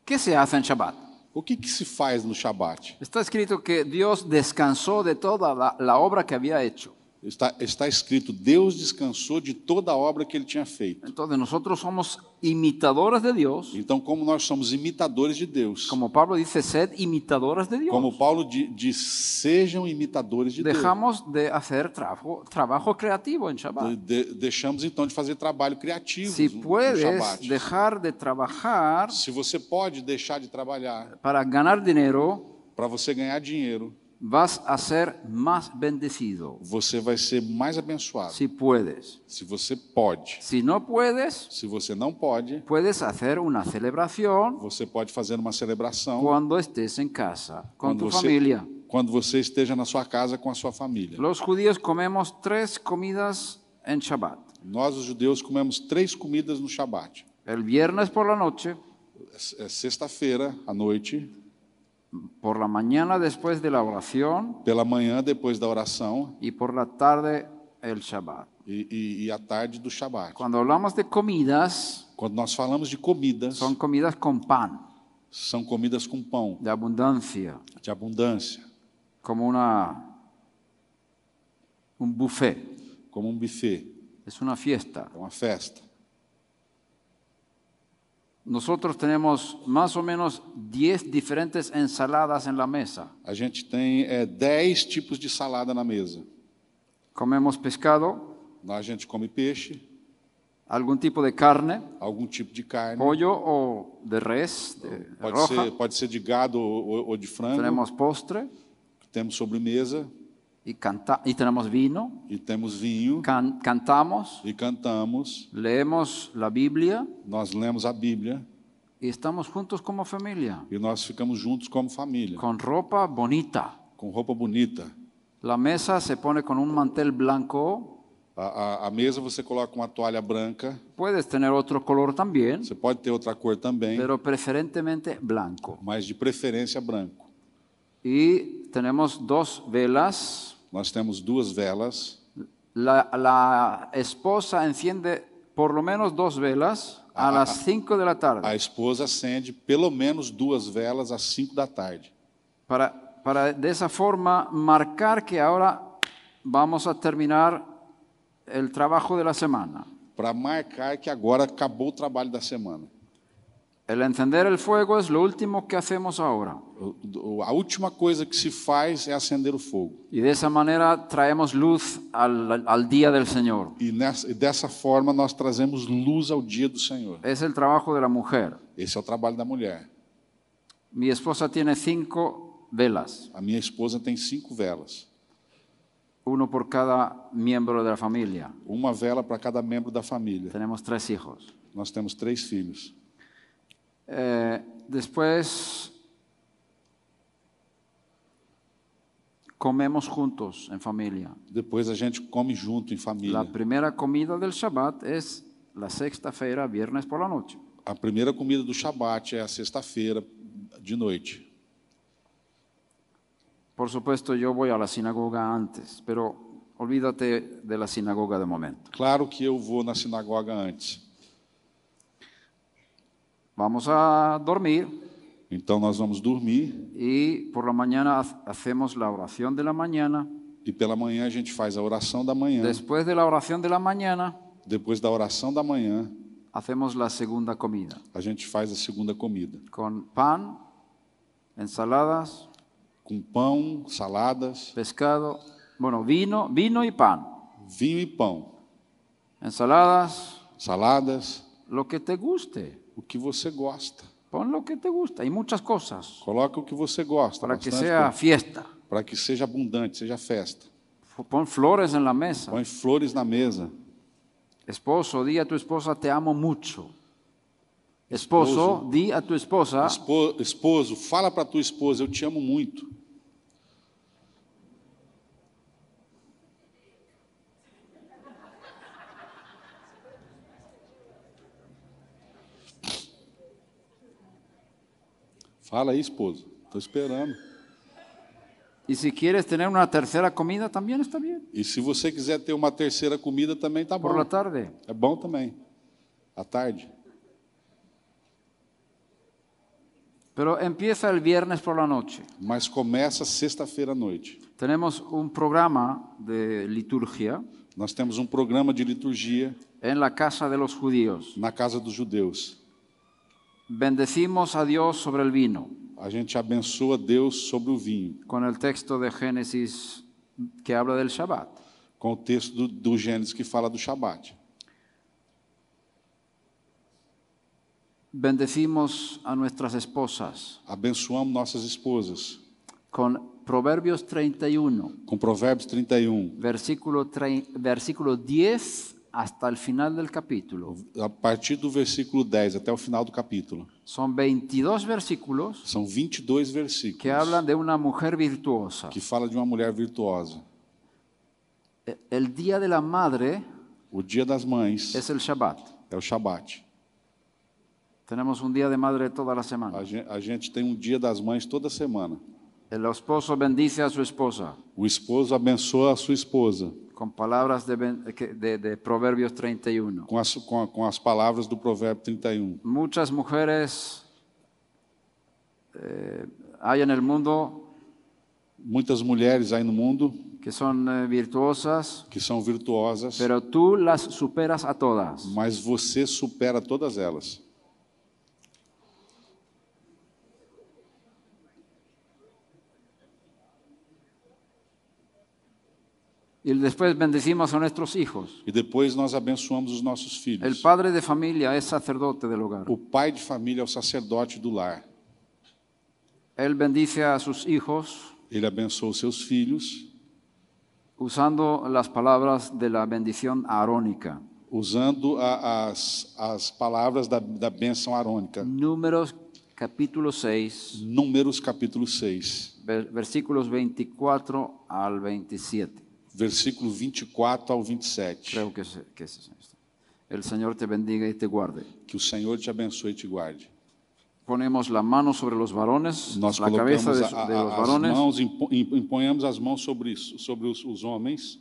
¿Qué se hace en Shabbat? O que, que se faz no Shabat? Está escrito que Dios descansó de toda la- la obra que había hecho. Está, está escrito: Deus descansou de toda a obra que ele tinha feito. Entonces nosotros somos imitadores de Dios. Então, como nós somos imitadores de Deus, Como Pablo dice, sed imitadores de Dios. como Paulo di- diz, sejam imitadores de Deus. Dejamos de hacer trabajo, trabajo creativo en De- Shabbat. de- deixamos então de fazer trabalho criativo Si no- no puedes Shabat. dejar de trabajar Se você pode deixar de trabalhar para ganar dinero, para você ganhar dinheiro, vas a ser más bendecido. você vai ser mais abençoado. Si puedes. Se você pode. Si no puedes, Se você não pode, puedes hacer una celebración você pode fazer uma celebração cuando estés en casa con tu você, familia. quando você esteja na sua casa com a sua família. Los judíos comemos tres comidas en Shabbat. Nós, os judeus, comemos três comidas no Shabat. El viernes por la noche, É sexta-feira à noite, por la mañana después de la oración pela manhã depois da oração y por la tarde el Shabbat. e, e, e à tarde do Shabat. Cuando hablamos de comidas, Quando nós falamos de comidas, son comidas con pan, são comidas com pão, de abundancia, de abundância, como una un buffet, como um buffet, es una fiesta. é uma festa. Nosotros tenemos más o menos 10 diferentes ensaladas en la mesa. A gente tem é, 10 tipos de salada na mesa. Comemos pescado, Lá A gente come peixe, algún tipo de carne, algum tipo de carne, pollo o de res, de pode roja. ser, pode ser de gado ou, ou- ou de frango. Tenemos postre Temos sobremesa y, canta y tenemos vino. e temos vinho Can- cantamos. e cantamos. leemos la Biblia Nós lemos a Bíblia y estamos juntos como familia, e nós ficamos juntos como família, con ropa bonita. com roupa bonita. La mesa se pone con un mantel blanco, A, a, a mesa você coloca uma toalha branca, puedes tener otro color también, você pode ter outra cor também, pero preferentemente blanco. mas de preferência branco. Y tenemos dos velas, Nós temos duas velas. la, la esposa enciende por lo menos dos velas a las 5 de la A tarde esposa acende pelo menos duas velas às 5 da tarde, para, para de esa forma marcar que ahora vamos a terminar el trabajo de la semana. para marcar que agora acabou o trabalho da semana. El encender el fuego es lo último que hacemos ahora. O- o- A última coisa que se faz é acender o fogo. Y de esa manera traemos luz al, al día del Señor. E, nessa, e dessa forma nós trazemos luz ao dia do Senhor. Es el trabajo de la mujer. Esse é o trabalho da mulher. Mi esposa tiene cinco velas, A minha esposa tem cinco velas. uno por cada miembro de la familia. Uma vela para cada membro da família. Tenemos tres hijos. Nós temos três filhos. Eh, después comemos juntos en familia. Depois a gente come junto em família. La primera comida del Shabbat es la sexta feira, viernes por la noche. A primeira comida do Shabat é a sexta-feira de noite. Por supuesto, yo voy a la sinagoga antes, pero olvídate de la sinagoga de momento. Claro que eu vou na sinagoga antes. Vamos a dormir Então nós vamos dormir y por la mañana ha- hacemos la oración de la mañana. e pela manhã a gente faz a oração da manhã. Después de la oración de la mañana, Depois da oração da manhã, hacemos la segunda comida a gente faz a segunda comida. con pan, ensaladas, Com pão, saladas, pescado, bueno, vino, vino y pan, vinho e pão. ensaladas, Saladas, lo que te guste. o que você gosta. Pon lo que te gusta. Hay muchas cosas Coloca o que você gosta. para que bastante sea coisa. fiesta. para que seja abundante, seja festa. F- Pon flores en la mesa. Põe flores na mesa. Esposo, di a tu esposa, te amo mucho. Esposo, di a tu esposa, Espo- esposo, fala para tua esposa, eu te amo muito. Fala aí, esposo. Estou esperando. y si quieres tener una tercera comida, también está bien. E se você quiser ter uma terceira comida também tá Por la bom. tarde. É bom também. À tarde. Pero empieza el viernes por la noche. Mas começa sexta-feira à noite. Tenemos un programa de liturgia Nós temos um programa de liturgia en la casa de los judíos. na casa dos judeus. Bendecimos a Dios sobre el vino, A gente abençoa Deus sobre o vinho, con el texto de Génesis que habla del Shabbat. com o texto do, do Gênesis que fala do Shabat. Bendecimos a nuestras esposas Abençoamos nossas esposas, con Proverbios 31, com Provérbios 31, versículo, tre- versículo 10 hasta el final del capítulo. a partir do versículo 10 até o final do capítulo. Son 22 versículos São 22 que versículos hablan de una mujer virtuosa. que fala de uma mulher virtuosa. E- El día de la madre O dia das mães es el Shabbat. é o Shabat. Tenemos un día de madre toda la A semana. gente, a gente tem um dia das mães toda semana. El esposo bendice a su esposa O esposo abençoa a sua esposa con palabras de, ben- que- de- de Proverbios 31. com as, com a- com as palavras do Provérbio 31. Muchas mujeres eh, hay en el mundo Muitas mulheres aí no mundo que son eh, virtuosas, que são virtuosas, pero tú las superas a todas. mas você supera todas elas. Y después bendecimos a nuestros hijos. E depois nós abençoamos os nossos filhos. El padre de familia es sacerdote del hogar. O pai de família é o sacerdote do lar. Él bendice a sus hijos Ele abençoa os seus filhos usando las palabras de la bendición arónica. usando a- as, as palavras da, da bênção arônica. Números capítulo 6, Números capítulo 6, ver- versículos 24 al 27. versículo 24 ao 27. Creo que es, que es esto. El Señor te bendiga y te guarde. Que o Senhor te abençoe e te guarde. Ponemos la mano sobre los varones, Nós la colocamos cabeza de, a- a- de los as varones, mãos, impo- imponhamos as mãos sobre, isso, sobre os, os homens,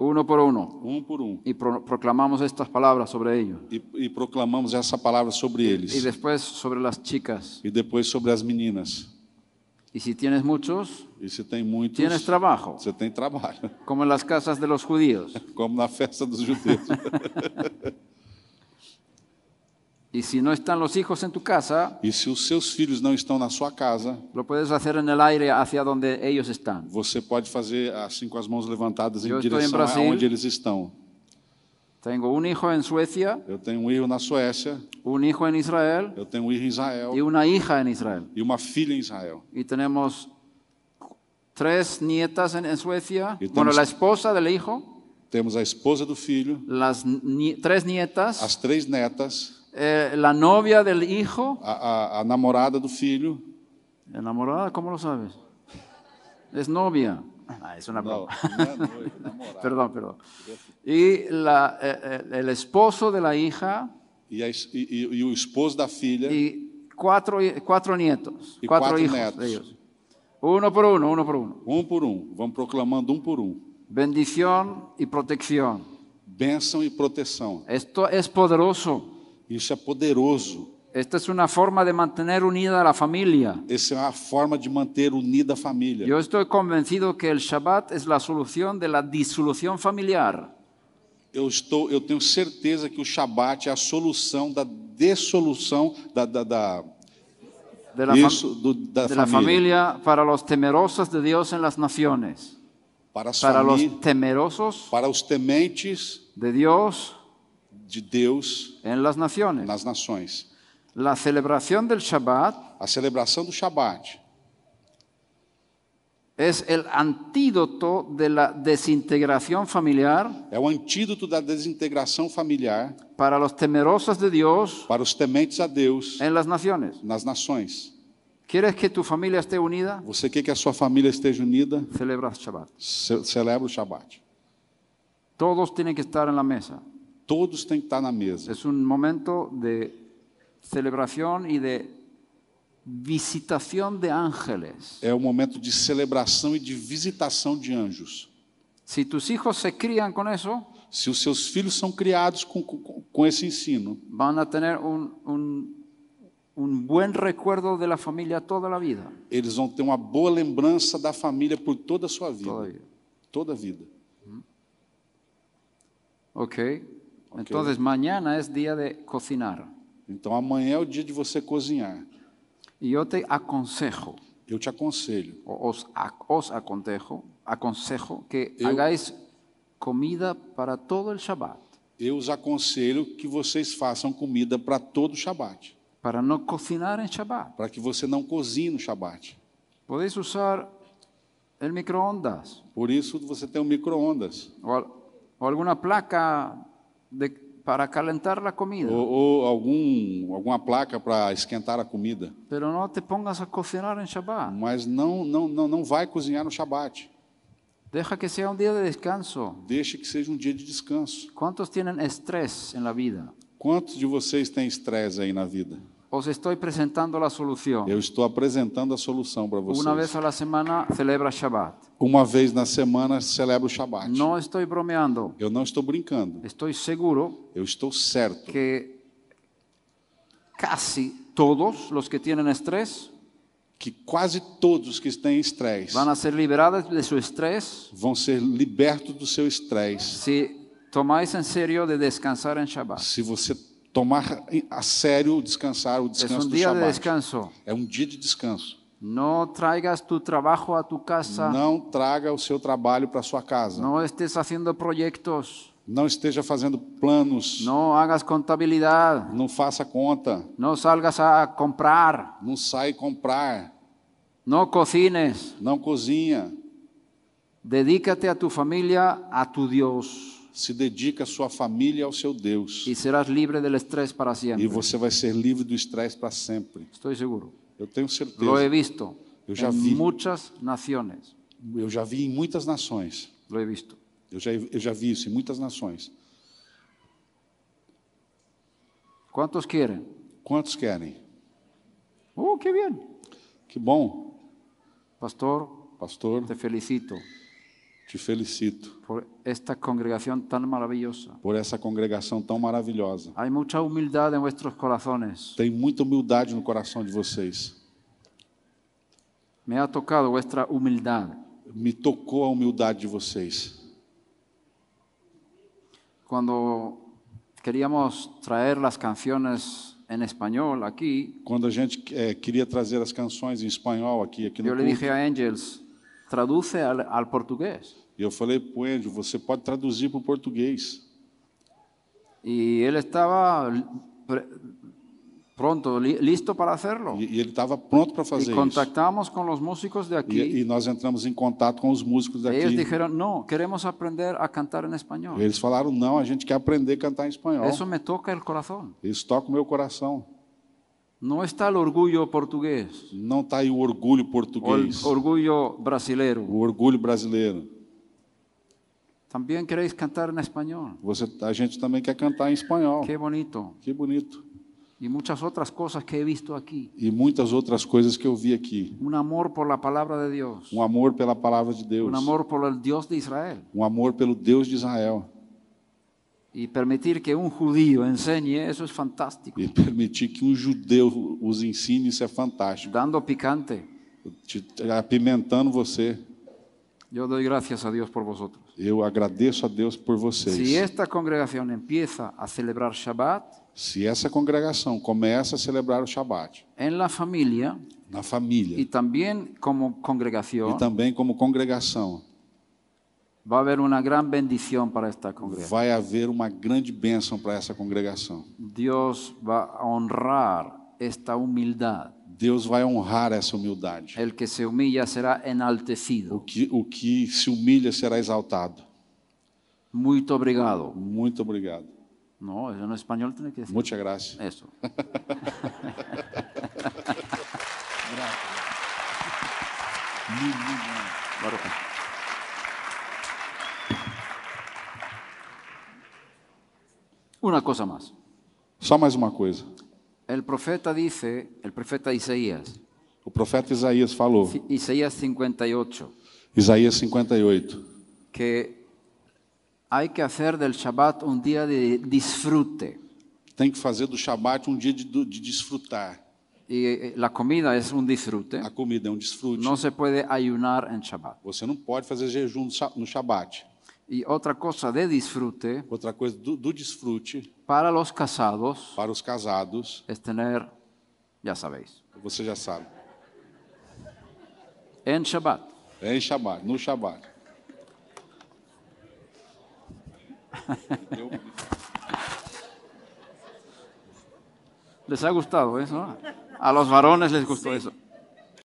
uno por uno, um por um. y pro- proclamamos estas palabras sobre ellos. e, e proclamamos essa palavra sobre eles. Y después sobre las chicas. E depois sobre as meninas. Y si tienes muchos, E se tem muitos, tienes trabajo, você tem trabalho, como en las casas de los judíos. como na festa dos judeus. Y si no están los hijos en tu casa, E se os seus filhos não estão na sua casa, lo puedes hacer en el aire hacia donde ellos están. você pode fazer assim com as mãos levantadas em Eu estou em direção a Brasil. onde eles estão. Tengo un hijo en Suecia, Eu tenho um erro na Suécia, un hijo en Israel eu tenho um erro em Israel y una hija en Israel. e uma filha em Israel. Y tenemos tres nietas en, en Suecia. Y Bueno, tenemos- la esposa del hijo, Temos a esposa do filho, las ni- tres nietas, as três netas, eh, la novia del hijo. a, a- a namorada do filho. ¿Enamorada? ¿Cómo lo sabes? Es novia. Ah, es una Não, broma. não é noiva, namorada. Perdón, perdón. Y la- eh, eh, el esposo de la hija E, a es- e- e- e o esposo da filha, y cuatro, hi- cuatro nietos, Y cuatro, cuatro hijos nietos. de ellos. Uno por uno, uno por uno. um por um. Vamos proclamando um por um. Bendición y protección. Bênção e proteção. Esto es poderoso. Isso é poderoso. Esta es una forma de mantener unida a la familia. Essa é a forma de manter unida a família. Yo estoy convencido que el Shabbat es la solución de la disolución familiar. Eu, estou, eu tenho certeza que o Shabat é a solução da dissolução da, da, da, De la, fam- isso, do- da de família. la familia para los temerosos de Dios en las naciones. Para, as Para famí- los temerosos para os tementes de Dios de Deus en las naciones. nas nações. La celebración del Shabbat A celebração do Shabat es el antídoto de la desintegración familiar é o antídoto da desintegração familiar para los temerosos de Dios para os tementes a Deus en las naciones. nas nações. ¿Quieres que tu familia esté unida? Você quer que a sua família esteja unida? Celebra Shabbat. Ce- celebra o Shabat. Todos tienen que estar en la mesa. Todos têm que estar na mesa. Es un momento de celebración y de visitación de ángeles. É um momento de celebração e de visitação de anjos. Si tus hijos se crían con eso, Se os seus filhos são criados com, com, com esse ensino, van a tener un, un- un buen recuerdo de la familia toda la vida. eles vão ter uma boa lembrança da família por toda a sua vida. Toda la vida. Toda a vida. ok. Entonces mañana es día de cocinar. Então amanhã é o dia de você cozinhar. Y yo te aconsejo, Eu te aconselho, o os, ac- os aconsejo, aconsejo que hagáis comida para todo el Shabbat, eu os aconselho que vocês façam comida para todo o Shabat, para no cocinar en Shabbat. para que você não cozinhe no Shabat. Podéis usar el microondas Por isso você tem o micro-ondas, o, al- o alguna placa de- para calentar la comida, ou, ou algum, alguma placa para esquentar a comida. pero no te pongas a cocinar en Shabbat. Mas não, não, não, não vai cozinhar no Shabat. Deja que sea un día de descanso. Deixe que seja um dia de descanso. ¿Cuántos tienen estrés en la vida? Quantos de vocês têm estresse aí na vida? Os estoy presentando la solución. Eu estou apresentando a solução para vocês. Una vez a la semana celebra Shabbat. Uma vez na semana celebra o Shabat. No estoy bromeando. Eu não estou brincando. Estoy seguro Eu estou certo que casi todos los que tienen estrés que quase todos que têm estresse van a ser liberados de su estrés vão ser libertos do seu estresse si tomáis en serio de descansar en Shabbat. se você tomar a sério o descansar, o Es descanso un do día de Shabat. descanso. É um dia de descanso. No traigas tu trabajo a tu casa. Não traga o seu trabalho para sua casa. Tá. Não. No estés haciendo proyectos. esteja fazendo planos. No hagas contabilidad. não faça conta. No salgas a comprar. Não sai comprar. No cocines. Não cozinha. Dedícate a tu familia, a tu Dios. Se dedica à sua família e ao seu Deus. y serás libre del estrés para E siempre. você vai ser livre do estresse para sempre. Estoy seguro. Eu tenho Lo he certeza. visto Yo ya en vi. muchas naciones. Eu já vi em muitas nações. Lo he visto. Eu já, eu já vi isso em muitas nações. ¿Cuántos quieren? Quantos querem? ¡Oh, qué bien! Que bom, Pastor, pastor. te felicito Te felicito por esta congregación tan maravillosa. por essa congregação tão maravilhosa. Hay mucha humildad en vuestros corazones. Tem muita humildade no coração de vocês. Me ha tocado vuestra humildad. Me tocou a humildade de vocês. Cuando queríamos traer las canciones en español aquí, Quando a gente eh, queria trazer as canções em espanhol aqui, aqui no yo le culto, dije a Angels, traduce al, al portugués. e eu falei pro Andrew, você pode traduzir para o português. Y él estaba pre- pronto, li- listo para hacerlo. E, e ele estava pronto para Y fazer isso. contactamos con los músicos de E, aquí. e nós entramos em contato com os músicos Ellos daqui. dijeron, no, queremos aprender a cantar en español. Eles falaram, não, a gente quer aprender a cantar em espanhol. Eso me toca el corazón. Isso toca o meu coração. No está el orgullo portugués Não está aí o orgulho o el português, orgullo brasilero. o orgulho brasileiro. También queréis cantar en español. Você, a gente também quer cantar em espanhol. Qué bonito. Que bonito. Y muchas otras cosas que he visto aquí. E muitas outras coisas que eu vi aqui. Un amor por la palabra de Dios. Um amor pela palavra de Deus. Un Um amor por el Dios de Israel. Um amor pelo Deus de Israel. Y permitir que un judío enseñe, eso es fantástico. E permitir que um judeu os ensine, isso é fantástico. Dando picante. Te- te- Apimentando você. Yo doy gracias a Dios por vosotros. Eu agradeço a Deus por vocês. Si esta congregación empieza a celebrar Shabbat Se essa congregação começa a celebrar o Shabat en la familia na família y también como congregación, e também como congregação, va a haber una gran bendición para esta congregación. vai haver uma grande bênção para essa congregação. Dios va a honrar esta humildad. Deus vai honrar essa humildade. El que se humilla será O enaltecido. que, o que se humilha será exaltado. Muy obrigado. Muito obrigado. No, eso en español tiene que decir Muita graça. eso. Baruch. Una cosa más. Só mais uma coisa. El profeta dice, el profeta Isaías, O profeta Isaías falou, Ci- Isaías 58, Isaías 58, que hay que hacer del Shabbat un día de disfrute. tem que fazer do Shabat um dia de, de desfrutar. Y eh, la comida es un disfrute. A comida é um desfrute. No se puede ayunar en Shabbat. Você não pode fazer jejum no Sha- no Shabat. Y otra cosa de disfrute Outra coisa do, do desfrute para los casados para os casados, es tener, ya sabéis, você já sabe, en Shabbat é em Shabat, no Shabat. Les ha gustado eso. ¿no? A los varones les gustó eso.